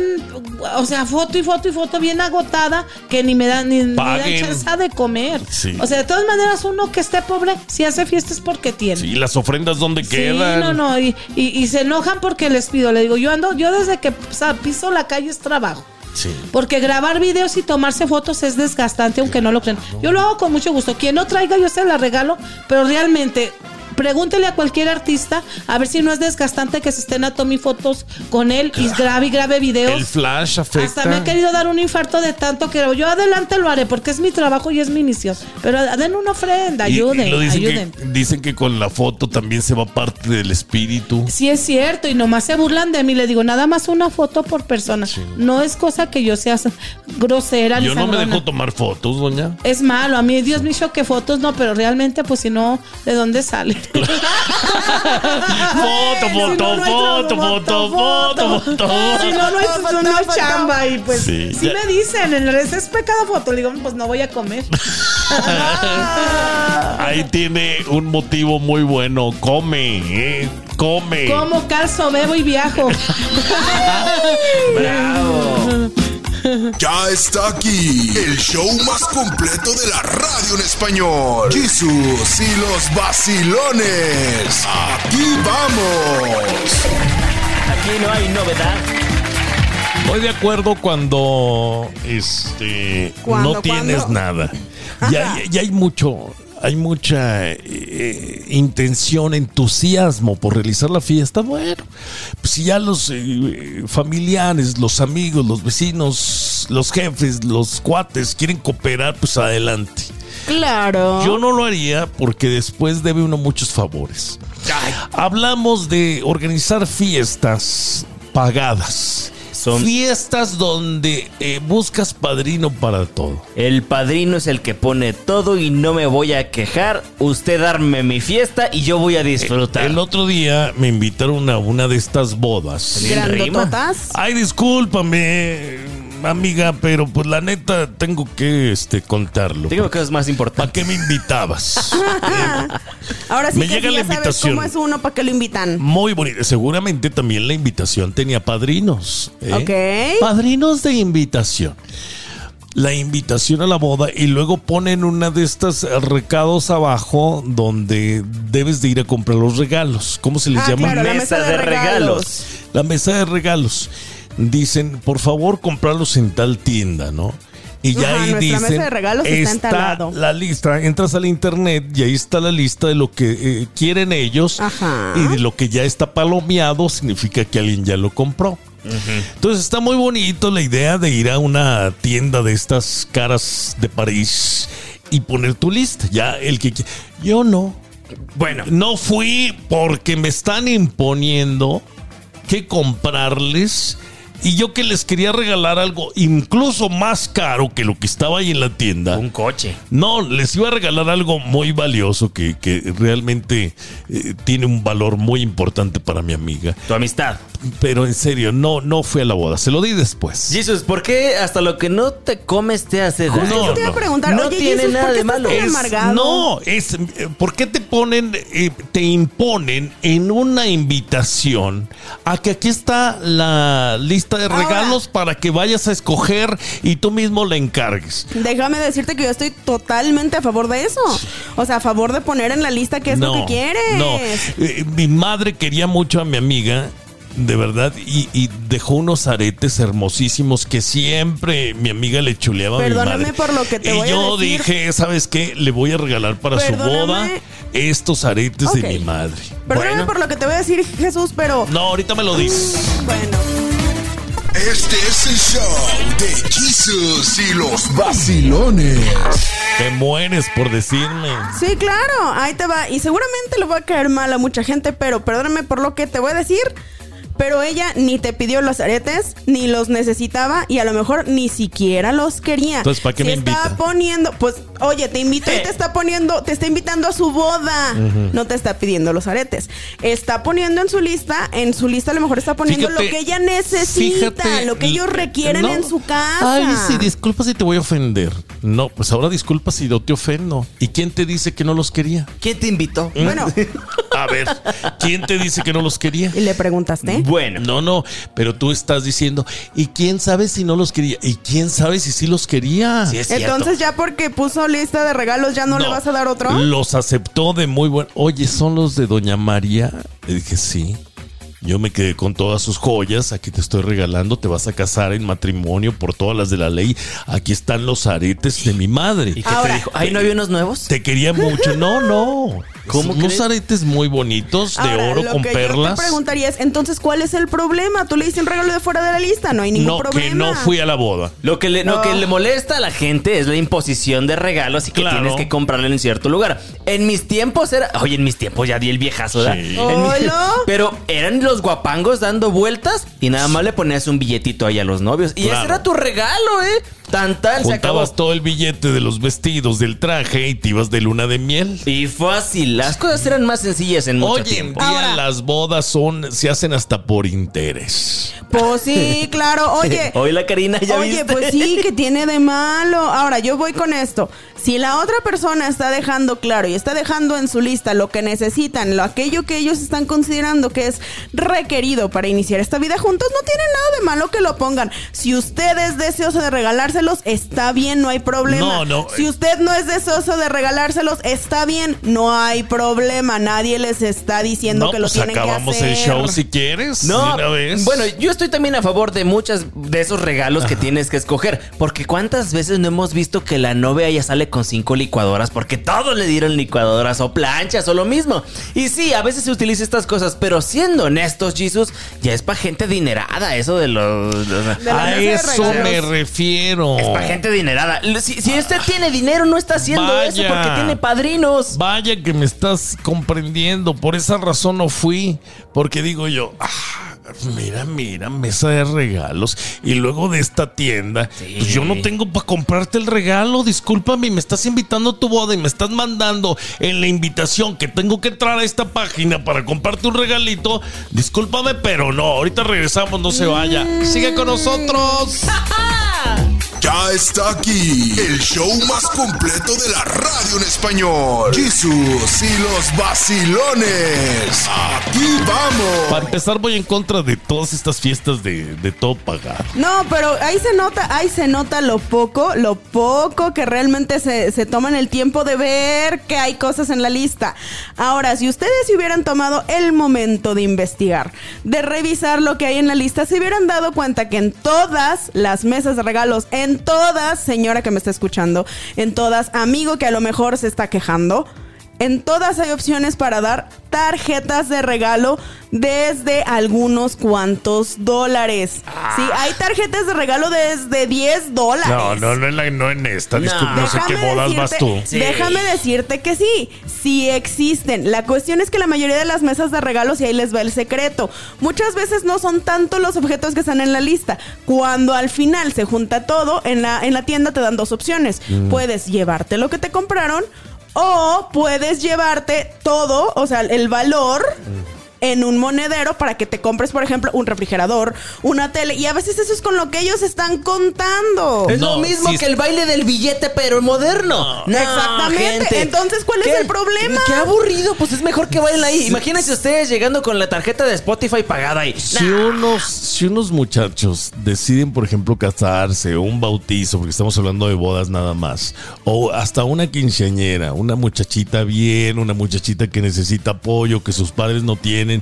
Speaker 6: o sea, foto y foto y foto bien agotada que ni me dan ni, ni me dan
Speaker 2: Paguen.
Speaker 6: chance de comer.
Speaker 2: Sí.
Speaker 6: O sea, de todas maneras, uno que esté pobre, si hace fiestas porque tiene.
Speaker 2: Pues, Sí, las ofrendas dónde
Speaker 6: Sí,
Speaker 2: quedan.
Speaker 6: no, no, y, y- y se enojan porque les pido, le digo, yo ando, yo desde que o sea, piso la calle es trabajo.
Speaker 2: Sí.
Speaker 6: Porque grabar videos y tomarse fotos es desgastante, aunque no lo crean. Yo lo hago con mucho gusto. Quien no traiga, yo se la regalo, pero realmente. Pregúntele a cualquier artista a ver si no es desgastante que se estén a tomar fotos con él y grabe y grabe videos.
Speaker 2: El flash afecta.
Speaker 6: Hasta me ha querido dar un infarto de tanto que yo adelante lo haré porque es mi trabajo y es mi misión. Pero den una ofrenda,
Speaker 2: Y- y
Speaker 6: ayuden,
Speaker 2: lo dicen,
Speaker 6: ayuden.
Speaker 2: Que, dicen que con la foto también se va parte del espíritu.
Speaker 6: Sí es cierto y nomás se burlan de mí. Le digo nada más una foto por persona. No es cosa que yo sea grosera. ni
Speaker 2: Yo no me
Speaker 6: sangrona.
Speaker 2: dejo tomar fotos, doña.
Speaker 6: Es malo, a mí Dios me hizo que fotos no, pero realmente pues si no, ¿de dónde sale?
Speaker 2: Foto,
Speaker 6: Bueno, si
Speaker 2: foto,
Speaker 6: no, no hay
Speaker 2: foto,
Speaker 6: trabajo,
Speaker 2: foto, foto, foto,
Speaker 6: Si
Speaker 2: foto.
Speaker 6: no, no hay
Speaker 3: Foto,
Speaker 6: pues, no hay
Speaker 3: foto.
Speaker 6: chamba y pues
Speaker 2: Sí,
Speaker 6: sí
Speaker 2: ya.
Speaker 6: me dicen, en redes es pecado foto, le digo, pues no voy a comer.
Speaker 2: Ahí tiene un motivo muy bueno. Come, eh, come.
Speaker 6: Como calzo, bebo y viajo.
Speaker 5: Ya está aquí el show más completo de la radio en español. Jesús y los vacilones. Aquí vamos.
Speaker 1: Aquí no hay novedad.
Speaker 2: Estoy de acuerdo cuando este
Speaker 3: ¿Cuándo,
Speaker 2: no tienes
Speaker 3: cuándo?
Speaker 2: nada. Ya, ya- ya hay mucho, hay mucha eh, eh, intención, entusiasmo por realizar la fiesta. Bueno, pues si ya los eh, eh, familiares, los amigos, los vecinos, los jefes, los cuates quieren cooperar, pues adelante.
Speaker 3: Claro.
Speaker 2: Yo no lo haría porque después debe uno muchos favores. Hablamos de organizar fiestas pagadas.
Speaker 1: Son-
Speaker 2: fiestas donde eh, buscas padrino para todo.
Speaker 1: El padrino es el que pone todo y no me voy a quejar. Usted darme mi fiesta y yo voy a disfrutar.
Speaker 2: El otro día me invitaron a una de estas bodas.
Speaker 1: Bien
Speaker 3: Grandototas.
Speaker 2: Ay, discúlpame, amiga, pero pues la neta tengo que este, contarlo.
Speaker 1: Tengo cosas más
Speaker 2: ¿Para
Speaker 1: importantes.
Speaker 2: qué me invitabas?
Speaker 3: Ahora sí
Speaker 2: Me
Speaker 3: que
Speaker 2: llega
Speaker 3: si
Speaker 2: la
Speaker 3: ya sabes
Speaker 2: invitación.
Speaker 3: cómo es uno, ¿para qué lo invitan?
Speaker 2: Muy bonito. Seguramente también la invitación tenía padrinos. ¿eh?
Speaker 3: Ok.
Speaker 2: Padrinos de invitación. La invitación a la boda y luego ponen una de estas eh, recados abajo donde debes de ir a comprar los regalos. ¿Cómo se les
Speaker 3: Ah,
Speaker 2: llama?
Speaker 3: claro, la mesa de regalos.
Speaker 2: La mesa de regalos. Dicen, por favor, comprarlos en tal tienda, ¿no? Y ya
Speaker 3: Ajá,
Speaker 2: ahí
Speaker 3: nuestra
Speaker 2: dicen,
Speaker 3: mesa de regalos está en tal lado".
Speaker 2: la lista, entras al internet y ahí está la lista de lo que eh, quieren ellos
Speaker 3: Ajá.
Speaker 2: y de lo que ya está palomeado significa que alguien ya lo compró. Entonces está muy bonito la idea de ir a una tienda de estas caras de París y poner tu lista. Ya el que qui- yo no,
Speaker 1: Bueno,
Speaker 2: no fui porque me están imponiendo que comprarles y yo que les quería regalar algo incluso más caro que lo que estaba ahí en la tienda.
Speaker 1: un coche.
Speaker 2: No, les iba a regalar algo muy valioso que, que realmente eh, tiene un valor muy importante para mi amiga.
Speaker 1: Tu amistad.
Speaker 2: Pero en serio, no, no fui a la boda. Se lo di después.
Speaker 1: Jesús, ¿por qué hasta lo que no te comes te hace daño?
Speaker 2: No,
Speaker 3: Yo te iba a preguntar,
Speaker 1: No
Speaker 3: oye,
Speaker 1: tiene
Speaker 3: Jesús,
Speaker 1: nada
Speaker 3: ¿por
Speaker 1: de
Speaker 3: qué estás
Speaker 1: malo.
Speaker 3: tan
Speaker 1: Es-
Speaker 3: amargado?
Speaker 2: No, es eh, ¿por qué te ponen, eh, te imponen en una invitación a que aquí está la lista de
Speaker 3: Ahora.
Speaker 2: regalos para que vayas a escoger y tú mismo la encargues?
Speaker 3: Déjame decirte que yo estoy totalmente a favor de eso. O sea, a favor de poner en la lista qué es lo que quieres.
Speaker 2: No. Eh, mi madre quería mucho a mi amiga, de verdad, y, y dejó unos aretes hermosísimos que siempre mi amiga le chuleaba a
Speaker 3: Perdóname
Speaker 2: mi madre.
Speaker 3: por lo que te
Speaker 2: y
Speaker 3: voy a
Speaker 2: yo
Speaker 3: decir.
Speaker 2: dije, ¿sabes qué? Le voy a regalar para
Speaker 3: Perdóname.
Speaker 2: su boda estos aretes
Speaker 3: Ok.
Speaker 2: de mi madre.
Speaker 3: Perdóname
Speaker 2: Bueno.
Speaker 3: por lo que te voy a decir, Jesús, pero
Speaker 2: No, ahorita me lo dices.
Speaker 3: bueno.
Speaker 5: Este es el show de Jesús y los vacilones.
Speaker 2: Te mueres por decirme.
Speaker 3: Sí, claro, ahí te va. Y seguramente le va a caer mal a mucha gente, pero perdóname por lo que te voy a decir. Pero ella ni te pidió los aretes, ni los necesitaba y a lo mejor ni siquiera los quería.
Speaker 2: Entonces, ¿para qué
Speaker 3: Si
Speaker 2: me
Speaker 3: está
Speaker 2: invita?
Speaker 3: poniendo, pues, oye, te invitó y te está poniendo, te está invitando a su boda. No te está pidiendo los aretes. Está poniendo en su lista, en su lista a lo mejor está poniendo lo que ella necesita,
Speaker 2: fíjate,
Speaker 3: lo que ellos requieren
Speaker 2: no.
Speaker 3: en su casa.
Speaker 2: Ay, sí, disculpa si te voy a ofender. No, pues ahora disculpa si no te ofendo. ¿Y quién te dice que no los quería?
Speaker 1: ¿Quién te invitó?
Speaker 3: Bueno,
Speaker 2: A ver, ¿quién te dice que no los quería?
Speaker 3: y le preguntaste.
Speaker 1: Bueno.
Speaker 2: No, no, pero tú estás diciendo, ¿y quién sabe si no los quería? ¿Y quién sabe si sí los quería?
Speaker 1: Sí, es cierto.
Speaker 3: Entonces ya porque puso lista de regalos ya no, le vas a dar otro.
Speaker 2: Los aceptó de muy buen. Oye, ¿son los de Doña María? Le dije, sí. Yo me quedé con todas sus joyas. Aquí te estoy regalando. Te vas a casar en matrimonio por todas las de la ley. Aquí están los aretes de mi madre.
Speaker 1: ¿Y qué
Speaker 3: Ahora-
Speaker 1: te dijo? ¿Ahí no había unos nuevos?
Speaker 2: Te quería mucho. No, no.
Speaker 1: ¿Cómo
Speaker 2: Unos
Speaker 1: crees?
Speaker 2: aretes muy bonitos de
Speaker 3: Ahora,
Speaker 2: oro
Speaker 3: lo
Speaker 2: con
Speaker 3: que Yo
Speaker 2: perlas.
Speaker 3: te preguntaría es, entonces, ¿cuál es el problema? Tú le diste un regalo de fuera de la lista, no hay ningún
Speaker 2: No,
Speaker 3: problema.
Speaker 2: que no fui a la boda.
Speaker 1: Lo que, le, lo
Speaker 3: No.
Speaker 1: que le molesta a la gente es la imposición de regalos y que
Speaker 2: Claro.
Speaker 1: tienes que comprarlo en cierto lugar. En mis tiempos era. Oye, en mis tiempos ya di el viejazo, ¿verdad?
Speaker 2: Sí.
Speaker 1: En mi-
Speaker 3: Hola.
Speaker 1: pero eran los guapangos dando vueltas y nada más le ponías un billetito ahí a los novios. Y
Speaker 2: Claro.
Speaker 1: ese era tu regalo, ¿eh? Tan tan, se acabó.
Speaker 2: Juntabas todo el billete de los vestidos, del traje y te ibas de luna de miel.
Speaker 1: Y fácil. Las cosas eran más sencillas en mucho
Speaker 2: Hoy en
Speaker 1: tiempo.
Speaker 2: día
Speaker 3: Ahora-
Speaker 2: las bodas son se hacen hasta por interés.
Speaker 3: Pues sí, claro. Oye,
Speaker 1: Hoy la Karina ya
Speaker 3: Oye,
Speaker 1: viste.
Speaker 3: pues sí, que tiene de malo. Ahora, yo voy con esto. Si la otra persona está dejando claro y está dejando en su lista lo que necesitan, lo aquello que ellos están considerando que es requerido para iniciar esta vida juntos, no tiene nada de malo que lo pongan. Si usted es deseoso de regalárselos, está bien, no hay problema.
Speaker 2: No, no.
Speaker 3: Si usted no es deseoso de regalárselos, está bien, no hay problema. Nadie les está diciendo
Speaker 2: no,
Speaker 3: que lo
Speaker 2: pues
Speaker 3: tienen que hacer.
Speaker 2: acabamos el show si quieres.
Speaker 1: No,
Speaker 2: de una vez.
Speaker 1: bueno, yo estoy también a favor de muchas de esos regalos que tienes que escoger, porque cuántas veces no hemos visto que la novia ya sale con cinco licuadoras, porque todos le dieron licuadoras o planchas o lo mismo. Y sí, a veces se utiliza estas cosas, pero siendo honestos, Jesus, ya es para gente adinerada eso de los...
Speaker 3: De la
Speaker 2: a
Speaker 3: mesa de
Speaker 2: eso
Speaker 3: regalos.
Speaker 2: me refiero.
Speaker 1: ah, Es para gente adinerada. Si, si usted tiene dinero, no está haciendo eso
Speaker 2: Vaya.
Speaker 1: porque tiene padrinos.
Speaker 2: Vaya que me estás comprendiendo. Por esa razón no fui. Porque digo yo, ah, mira, mira, mesa de regalos. Y luego de esta tienda, pues yo no tengo para comprarte el regalo. Discúlpame, me estás invitando a tu boda y me estás mandando en la invitación que tengo que entrar a esta página para comprarte un regalito. Discúlpame, pero no. Ahorita regresamos, no se vaya. Sigue con nosotros.
Speaker 5: Ya está aquí el show más completo de la radio en español. Jesús y los vacilones. Aquí
Speaker 2: Para
Speaker 5: vamos.
Speaker 2: empezar, voy en contra de todas estas fiestas de, de todo pagado.
Speaker 3: No, pero ahí se nota, ahí se nota lo poco, lo poco que realmente se, se toman el tiempo de ver que hay cosas en la lista. Ahora, si ustedes se hubieran tomado el momento de investigar, de revisar lo que hay en la lista, se hubieran dado cuenta que en todas las mesas de regalos, en todas, señora que me está escuchando, en todas, amigo que a lo mejor se está quejando, en todas hay opciones para dar tarjetas de regalo desde algunos cuantos dólares.
Speaker 2: Ah.
Speaker 3: Sí, hay tarjetas de regalo desde 10 dólares.
Speaker 2: No, no, no en, la- no en esta.
Speaker 1: No.
Speaker 2: disculpa, no sé qué
Speaker 3: Déjame
Speaker 2: bodas vas tú.
Speaker 3: decirte- Déjame decirte que sí, sí existen. La cuestión es que la mayoría de las mesas de regalos, y ahí les va el secreto, muchas veces no son tanto los objetos que están en la lista. Cuando al final se junta todo, en la, en la tienda te dan dos opciones.
Speaker 2: Mm.
Speaker 3: Puedes llevarte lo que te compraron o puedes llevarte todo, o sea, el valor
Speaker 2: Mm.
Speaker 3: en un monedero para que te compres, por ejemplo, un refrigerador, una tele. Y a veces eso es con lo que ellos están contando.
Speaker 1: Es lo
Speaker 2: No,
Speaker 1: mismo
Speaker 2: sí.
Speaker 1: que el baile del billete, pero moderno. No,
Speaker 3: Exactamente.
Speaker 1: gente.
Speaker 3: Entonces, ¿cuál es
Speaker 1: Qué-
Speaker 3: el problema?
Speaker 1: Qué aburrido. Pues es mejor que bailen ahí. Imagínense ustedes llegando con la tarjeta de Spotify pagada ahí.
Speaker 2: Si unos, si unos muchachos deciden, por ejemplo, casarse, un bautizo, porque estamos hablando de bodas nada más, o hasta una quinceañera, una muchachita bien, una muchachita que necesita apoyo, que sus padres no tienen,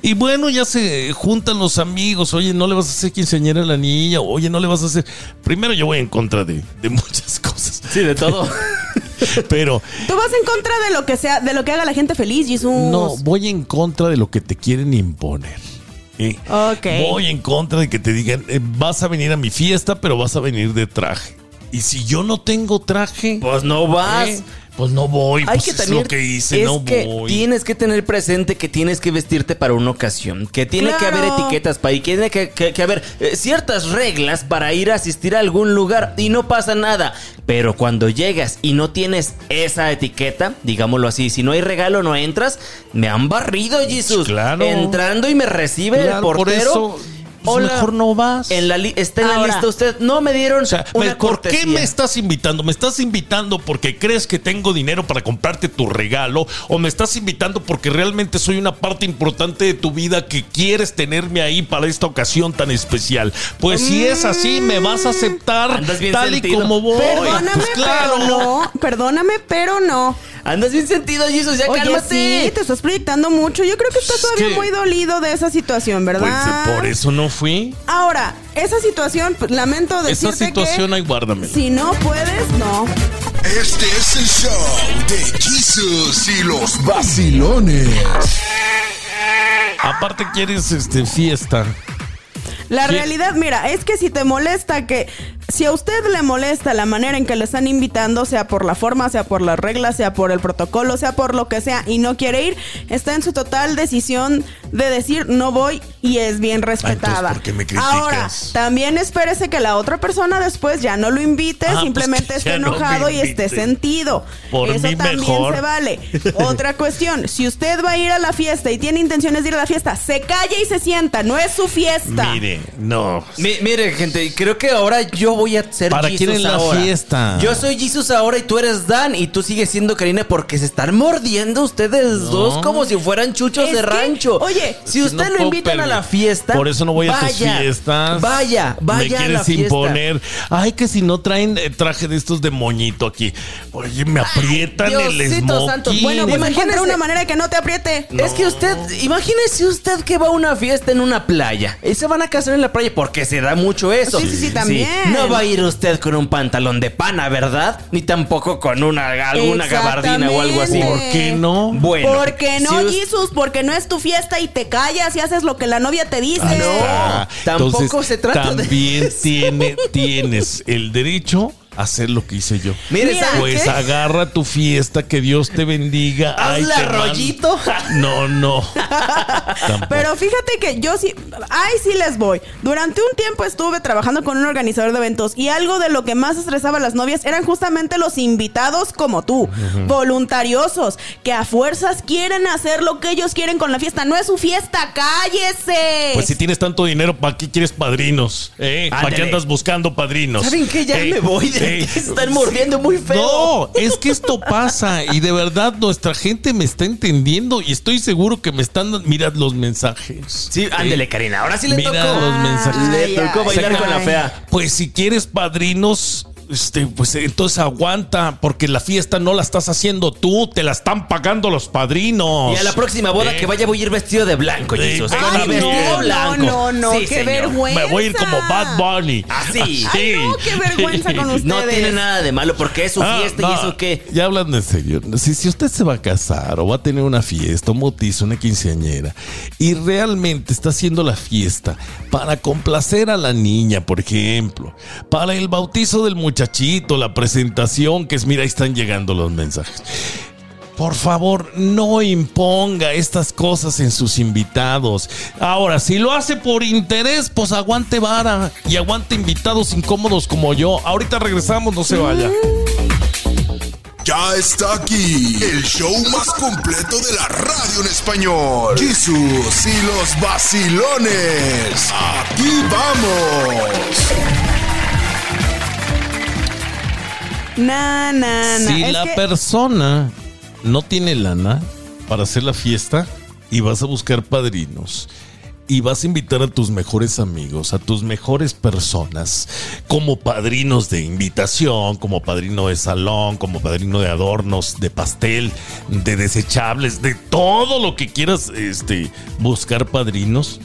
Speaker 2: y bueno, ya se juntan los amigos, oye, no le vas a hacer quinceañera a la niña, oye, no le vas a hacer... Primero yo voy en contra de, de muchas cosas,
Speaker 1: Sí, de todo.
Speaker 2: pero...
Speaker 3: Tú vas en contra de lo que sea, de lo que haga la gente feliz, Jesús.
Speaker 2: No, voy en contra de lo que te quieren imponer. ¿sí?
Speaker 3: Ok.
Speaker 2: Voy en contra de que te digan, eh, vas a venir a mi fiesta, pero vas a venir de traje. Y si yo no tengo traje,
Speaker 1: pues no vas.
Speaker 2: ¿eh? pues no voy.
Speaker 1: Hay
Speaker 2: pues
Speaker 1: que
Speaker 2: es
Speaker 1: también
Speaker 2: lo que hice,
Speaker 1: es
Speaker 2: no
Speaker 1: que
Speaker 2: voy.
Speaker 1: Tienes que tener presente que tienes que vestirte para una ocasión, que tiene que
Speaker 3: Claro.
Speaker 1: haber etiquetas para y tiene que, que- que haber eh, ciertas reglas para ir a asistir a algún lugar y no pasa nada. Pero cuando llegas y no tienes esa etiqueta, digámoslo así, si no hay regalo no entras, me han barrido, Jesús.
Speaker 2: Claro.
Speaker 1: Entrando y me recibe el
Speaker 2: Claro,
Speaker 1: portero.
Speaker 2: por eso, pues,
Speaker 1: Hola.
Speaker 2: mejor no vas.
Speaker 1: En la li- está en la
Speaker 3: Ahora.
Speaker 1: lista usted. No me dieron
Speaker 2: O sea,
Speaker 1: una
Speaker 2: me- ¿por qué
Speaker 1: cortesía.
Speaker 2: me estás invitando? ¿Me estás invitando porque crees que tengo dinero para comprarte tu regalo? ¿O me estás invitando porque realmente soy una parte importante de tu vida que quieres tenerme ahí para esta ocasión tan especial? Pues si es así, me vas a aceptar
Speaker 1: Mm. Andas bien
Speaker 2: tal y
Speaker 1: sentido.
Speaker 2: como voy.
Speaker 3: Perdóname,
Speaker 2: Pues claro.
Speaker 3: pero no. Perdóname, pero no.
Speaker 1: Andas bien sentido, Jesús, ya
Speaker 3: Oye,
Speaker 1: cálmate.
Speaker 3: sí, te estás proyectando mucho. Yo creo que estás
Speaker 2: Es
Speaker 3: todavía
Speaker 2: que-
Speaker 3: muy dolido de esa situación,
Speaker 2: Pues
Speaker 3: ¿verdad?
Speaker 2: por eso no fui.
Speaker 3: Ahora, esa situación, pues, lamento decirte
Speaker 2: Esa situación
Speaker 3: que
Speaker 2: ahí guárdame.
Speaker 3: si no puedes, no.
Speaker 5: Este es el show de Jesus y los vacilones.
Speaker 2: Aparte quieres este fiesta.
Speaker 3: La
Speaker 2: Sí.
Speaker 3: realidad, mira, es que si te molesta que, si a usted le molesta la manera en que le están invitando, sea por la forma, sea por las reglas, sea por el protocolo, sea por lo que sea, y no quiere ir, está en su total decisión de decir no voy y es bien respetada.
Speaker 2: Ah, ¿por qué me criticas?
Speaker 3: Ahora, también espérese que la otra persona después ya no lo invite,
Speaker 2: Ah, pues
Speaker 3: simplemente
Speaker 2: que
Speaker 3: esté
Speaker 2: ya no me
Speaker 3: enojado y esté
Speaker 2: invite.
Speaker 3: sentido.
Speaker 2: Por
Speaker 3: Eso
Speaker 2: mí
Speaker 3: también
Speaker 2: mejor.
Speaker 3: se vale. Otra cuestión, si usted va a ir a la fiesta y tiene intenciones de ir a la fiesta, se calla y se sienta, no es su fiesta.
Speaker 2: Mire, no.
Speaker 1: Mi- mire, gente, creo que ahora yo voy a ser
Speaker 2: ¿Para
Speaker 1: Jesus
Speaker 2: quién es la
Speaker 1: ahora.
Speaker 2: fiesta?
Speaker 1: Yo soy Jesus ahora y tú eres Dan y tú sigues siendo Karina porque se están mordiendo ustedes dos como si fueran chuchos
Speaker 3: Es
Speaker 1: de
Speaker 3: que,
Speaker 1: rancho.
Speaker 3: oye,
Speaker 1: si
Speaker 2: No
Speaker 1: usted lo
Speaker 2: puedo
Speaker 1: invitan a la
Speaker 2: perder.
Speaker 1: fiesta,
Speaker 2: Por eso no voy a tus
Speaker 1: vaya,
Speaker 2: fiestas.
Speaker 1: Vaya,
Speaker 2: Me
Speaker 1: vaya a
Speaker 2: quieres
Speaker 1: la fiesta.
Speaker 2: imponer. Ay, que si no traen eh, traje de estos de moñito aquí. Oye, me aprietan el
Speaker 1: Diosito
Speaker 2: smoking.
Speaker 1: santo.
Speaker 3: Bueno, pues
Speaker 1: Imagínese.
Speaker 3: encuentra una manera de que no te apriete.
Speaker 1: Es que usted, imagínese usted que va a una fiesta en una playa y se van a casar en la playa porque se da mucho eso.
Speaker 3: Sí, sí, sí, también.
Speaker 1: No va a ir usted con un pantalón de pana, ¿verdad? Ni tampoco con una alguna gabardina o algo así.
Speaker 3: Exactamente.
Speaker 2: ¿Por qué no?
Speaker 1: pues, este, Bueno,
Speaker 3: porque no,
Speaker 1: si us-
Speaker 3: Jesus, porque no es tu fiesta y te callas y haces lo que la novia te dice.
Speaker 2: Ahí
Speaker 1: Ah,
Speaker 2: está.
Speaker 1: tampoco se trata de
Speaker 2: también tiene, tienes el derecho a hacer lo que hice yo.
Speaker 1: Mire,
Speaker 3: Mira,
Speaker 1: ¿sabe
Speaker 2: Pues
Speaker 1: qué?
Speaker 2: agarra tu fiesta, que Dios te bendiga. Ay,
Speaker 1: Hazla
Speaker 2: te mando-
Speaker 1: rollito.
Speaker 2: No, no. Tampoco.
Speaker 3: Pero fíjate que yo sí, ahí sí les voy. Durante un tiempo estuve trabajando con un organizador de eventos y algo de lo que más estresaba a las novias eran justamente los invitados como tú, voluntariosos, que a fuerzas quieren hacer lo que ellos quieren con la fiesta. No es su fiesta, cállese.
Speaker 2: Pues si tienes tanto dinero, ¿para qué quieres padrinos? ¿Eh? ¿Para qué
Speaker 1: Ándale.
Speaker 2: andas buscando padrinos?
Speaker 1: ¿Saben qué? Ya
Speaker 2: Eh,
Speaker 1: me voy de
Speaker 2: eh,
Speaker 1: aquí. Se Están mordiendo muy feo.
Speaker 2: No, es que esto pasa y de verdad nuestra gente me está entendiendo y estoy seguro que me están... Mirad los mensajes.
Speaker 1: Sí, ándele, Karina. Ahora sí le
Speaker 2: Mira
Speaker 1: tocó.
Speaker 2: los mensajes.
Speaker 1: Le tocó bailar con la fea.
Speaker 2: Pues si quieres padrinos, este, pues entonces aguanta, porque la fiesta no la estás haciendo tú, te la están pagando los padrinos.
Speaker 1: Y a la próxima boda
Speaker 2: Eh.
Speaker 1: que vaya voy a ir vestido de blanco,
Speaker 2: Sí,
Speaker 1: Jesús.
Speaker 2: pero
Speaker 1: Con
Speaker 2: no,
Speaker 1: mi vestido
Speaker 2: no,
Speaker 1: blanco.
Speaker 3: Ah, no, no,
Speaker 1: Sí,
Speaker 3: qué
Speaker 1: señor.
Speaker 3: vergüenza.
Speaker 2: Me voy a ir como Bad Bunny.
Speaker 1: Así.
Speaker 3: Ay, no, qué vergüenza con ustedes.
Speaker 1: No tiene nada de malo porque es su
Speaker 2: Ah,
Speaker 1: fiesta y
Speaker 2: no,
Speaker 1: eso qué.
Speaker 2: Ya hablando en serio, si, si usted se va a casar o va a tener una fiesta, un bautizo, una quinceañera, y realmente está haciendo la fiesta para complacer a la niña, por ejemplo, para el bautizo del muchachito, la presentación, que es, mira, ahí están llegando los mensajes. Por favor, no imponga estas cosas en sus invitados. Ahora, si lo hace por interés, pues aguante vara y aguante invitados incómodos como yo. Ahorita regresamos, no se vaya.
Speaker 5: Ya está aquí el show más completo de la radio en español. Jesús y los vacilones. Aquí vamos.
Speaker 3: Na, na, na.
Speaker 2: Si
Speaker 3: Es
Speaker 2: la
Speaker 3: que-
Speaker 2: persona no tiene lana para hacer la fiesta y vas a buscar padrinos y vas a invitar a tus mejores amigos, a tus mejores personas, como padrinos de invitación, como padrino de salón, como padrino de adornos, de pastel, de desechables, de todo lo que quieras este, buscar padrinos,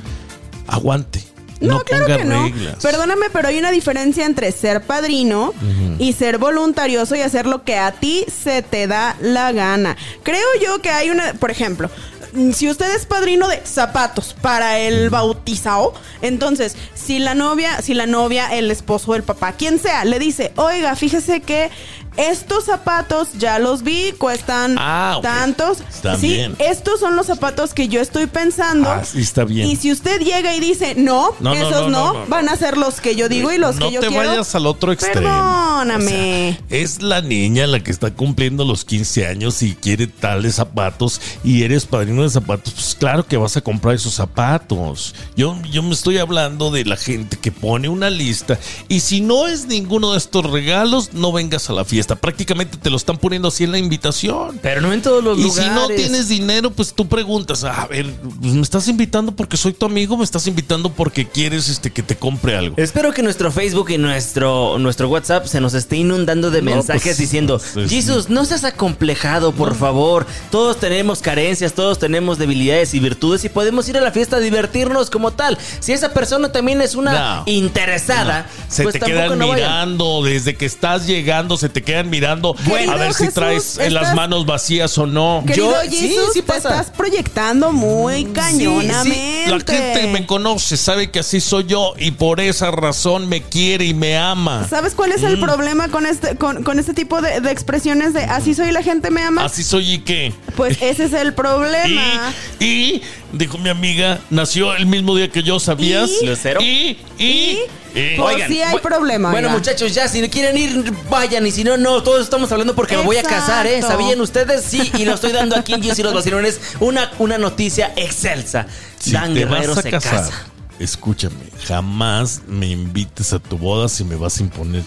Speaker 2: aguante. No,
Speaker 3: No, claro
Speaker 2: ponga
Speaker 3: que no.
Speaker 2: reglas.
Speaker 3: Perdóname, pero hay una diferencia entre ser padrino y ser voluntarioso y hacer lo que a ti se te da la gana. Creo yo que hay una, por ejemplo, mm, si usted es padrino de zapatos para el bautizado, entonces si la novia, si la novia, el esposo, el papá, quien sea, le dice, oiga, fíjese que estos zapatos ya los vi, cuestan
Speaker 2: Ah, ok.
Speaker 3: tantos.
Speaker 2: Están
Speaker 3: Sí,
Speaker 2: bien.
Speaker 3: estos son los zapatos que yo estoy pensando.
Speaker 2: Ah, sí, está bien.
Speaker 3: Y si usted llega y dice, no,
Speaker 2: No, no,
Speaker 3: esos no,
Speaker 2: no, no, no, no.
Speaker 3: van a ser los que yo digo y los
Speaker 2: no
Speaker 3: que yo
Speaker 2: te
Speaker 3: quiero.
Speaker 2: vayas al otro extremo.
Speaker 3: Perdóname.
Speaker 2: O sea, es la niña la que está cumpliendo los 15 años y quiere tales zapatos y eres padrino de zapatos, pues claro que vas a comprar esos zapatos. Yo, yo me estoy hablando de la gente que pone una lista y si no es ninguno de estos regalos, no vengas a la fiesta. Prácticamente te lo están poniendo así en la invitación.
Speaker 1: Pero no en todos los
Speaker 2: Y
Speaker 1: lugares.
Speaker 2: si no tienes dinero, pues tú preguntas, a ver, pues, me estás invitando porque soy tu amigo, me estás invitando porque quieres este que te compre algo.
Speaker 1: Espero que nuestro Facebook y nuestro, nuestro WhatsApp se nos esté inundando de mensajes
Speaker 2: pues,
Speaker 1: diciendo,
Speaker 2: pues,
Speaker 1: Jesús, no seas acomplejado, por favor. Todos tenemos carencias, todos tenemos debilidades y virtudes y podemos ir a la fiesta a divertirnos como tal. Si esa persona también es una
Speaker 2: No.
Speaker 1: interesada,
Speaker 2: Se
Speaker 1: pues
Speaker 2: te
Speaker 1: tampoco
Speaker 2: quedan
Speaker 1: no vayan.
Speaker 2: mirando, desde que estás llegando, se te quedan mirando
Speaker 3: Bueno,
Speaker 2: a ver si
Speaker 3: Jesús,
Speaker 2: traes en las
Speaker 3: estás-
Speaker 2: manos vacías o no.
Speaker 3: Querido
Speaker 1: Yo- sí,
Speaker 3: Jesus,
Speaker 1: sí
Speaker 3: te
Speaker 1: pasa.
Speaker 3: estás proyectando muy cañonamente.
Speaker 2: La gente me conoce, sabe que así soy yo y por esa razón me quiere y me ama.
Speaker 3: ¿Sabes cuál es
Speaker 2: Mm.
Speaker 3: el problema con este, con, con este tipo de, de expresiones de así soy la gente me ama?
Speaker 2: Así soy y qué.
Speaker 3: Pues ese es el
Speaker 2: Y,
Speaker 3: problema.
Speaker 2: y, dijo mi amiga, nació el mismo día que yo, ¿sabías?
Speaker 3: Y-
Speaker 1: Lucero.
Speaker 2: Y, y, y.
Speaker 3: Pues sí hay
Speaker 1: bu-
Speaker 3: problema,
Speaker 1: Bueno,
Speaker 3: oiga.
Speaker 1: muchachos, ya, si quieren ir, vayan. Y si no, no, todos estamos hablando porque me voy a casar, ¿eh?
Speaker 3: Exacto.
Speaker 1: ¿Sabían ustedes? Sí, y lo estoy dando aquí en Jessy Los Vacilones. Una, una noticia excelsa.
Speaker 2: Si
Speaker 1: Dan
Speaker 2: te
Speaker 1: Guerrero
Speaker 2: vas a
Speaker 1: se
Speaker 2: casar,
Speaker 1: casa.
Speaker 2: escúchame, jamás me invites a tu boda si me vas a imponer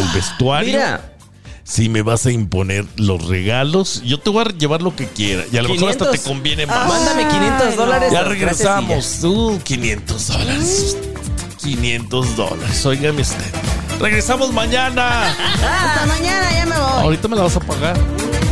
Speaker 2: el vestuario.
Speaker 1: Mira,
Speaker 2: Si me vas a imponer los regalos, yo te voy a llevar lo que quiera. Y a lo mejor hasta
Speaker 1: 500.
Speaker 2: te conviene
Speaker 1: Ah,
Speaker 2: más.
Speaker 1: Mándame 500
Speaker 3: no.
Speaker 1: dólares.
Speaker 2: Ya
Speaker 1: Gracias,
Speaker 2: regresamos. Uh, 500 dólares. 500 dólares. Óigame usted. Regresamos mañana.
Speaker 3: Hasta mañana, ya me voy.
Speaker 2: Ahorita me la vas a pagar.
Speaker 1: y ya.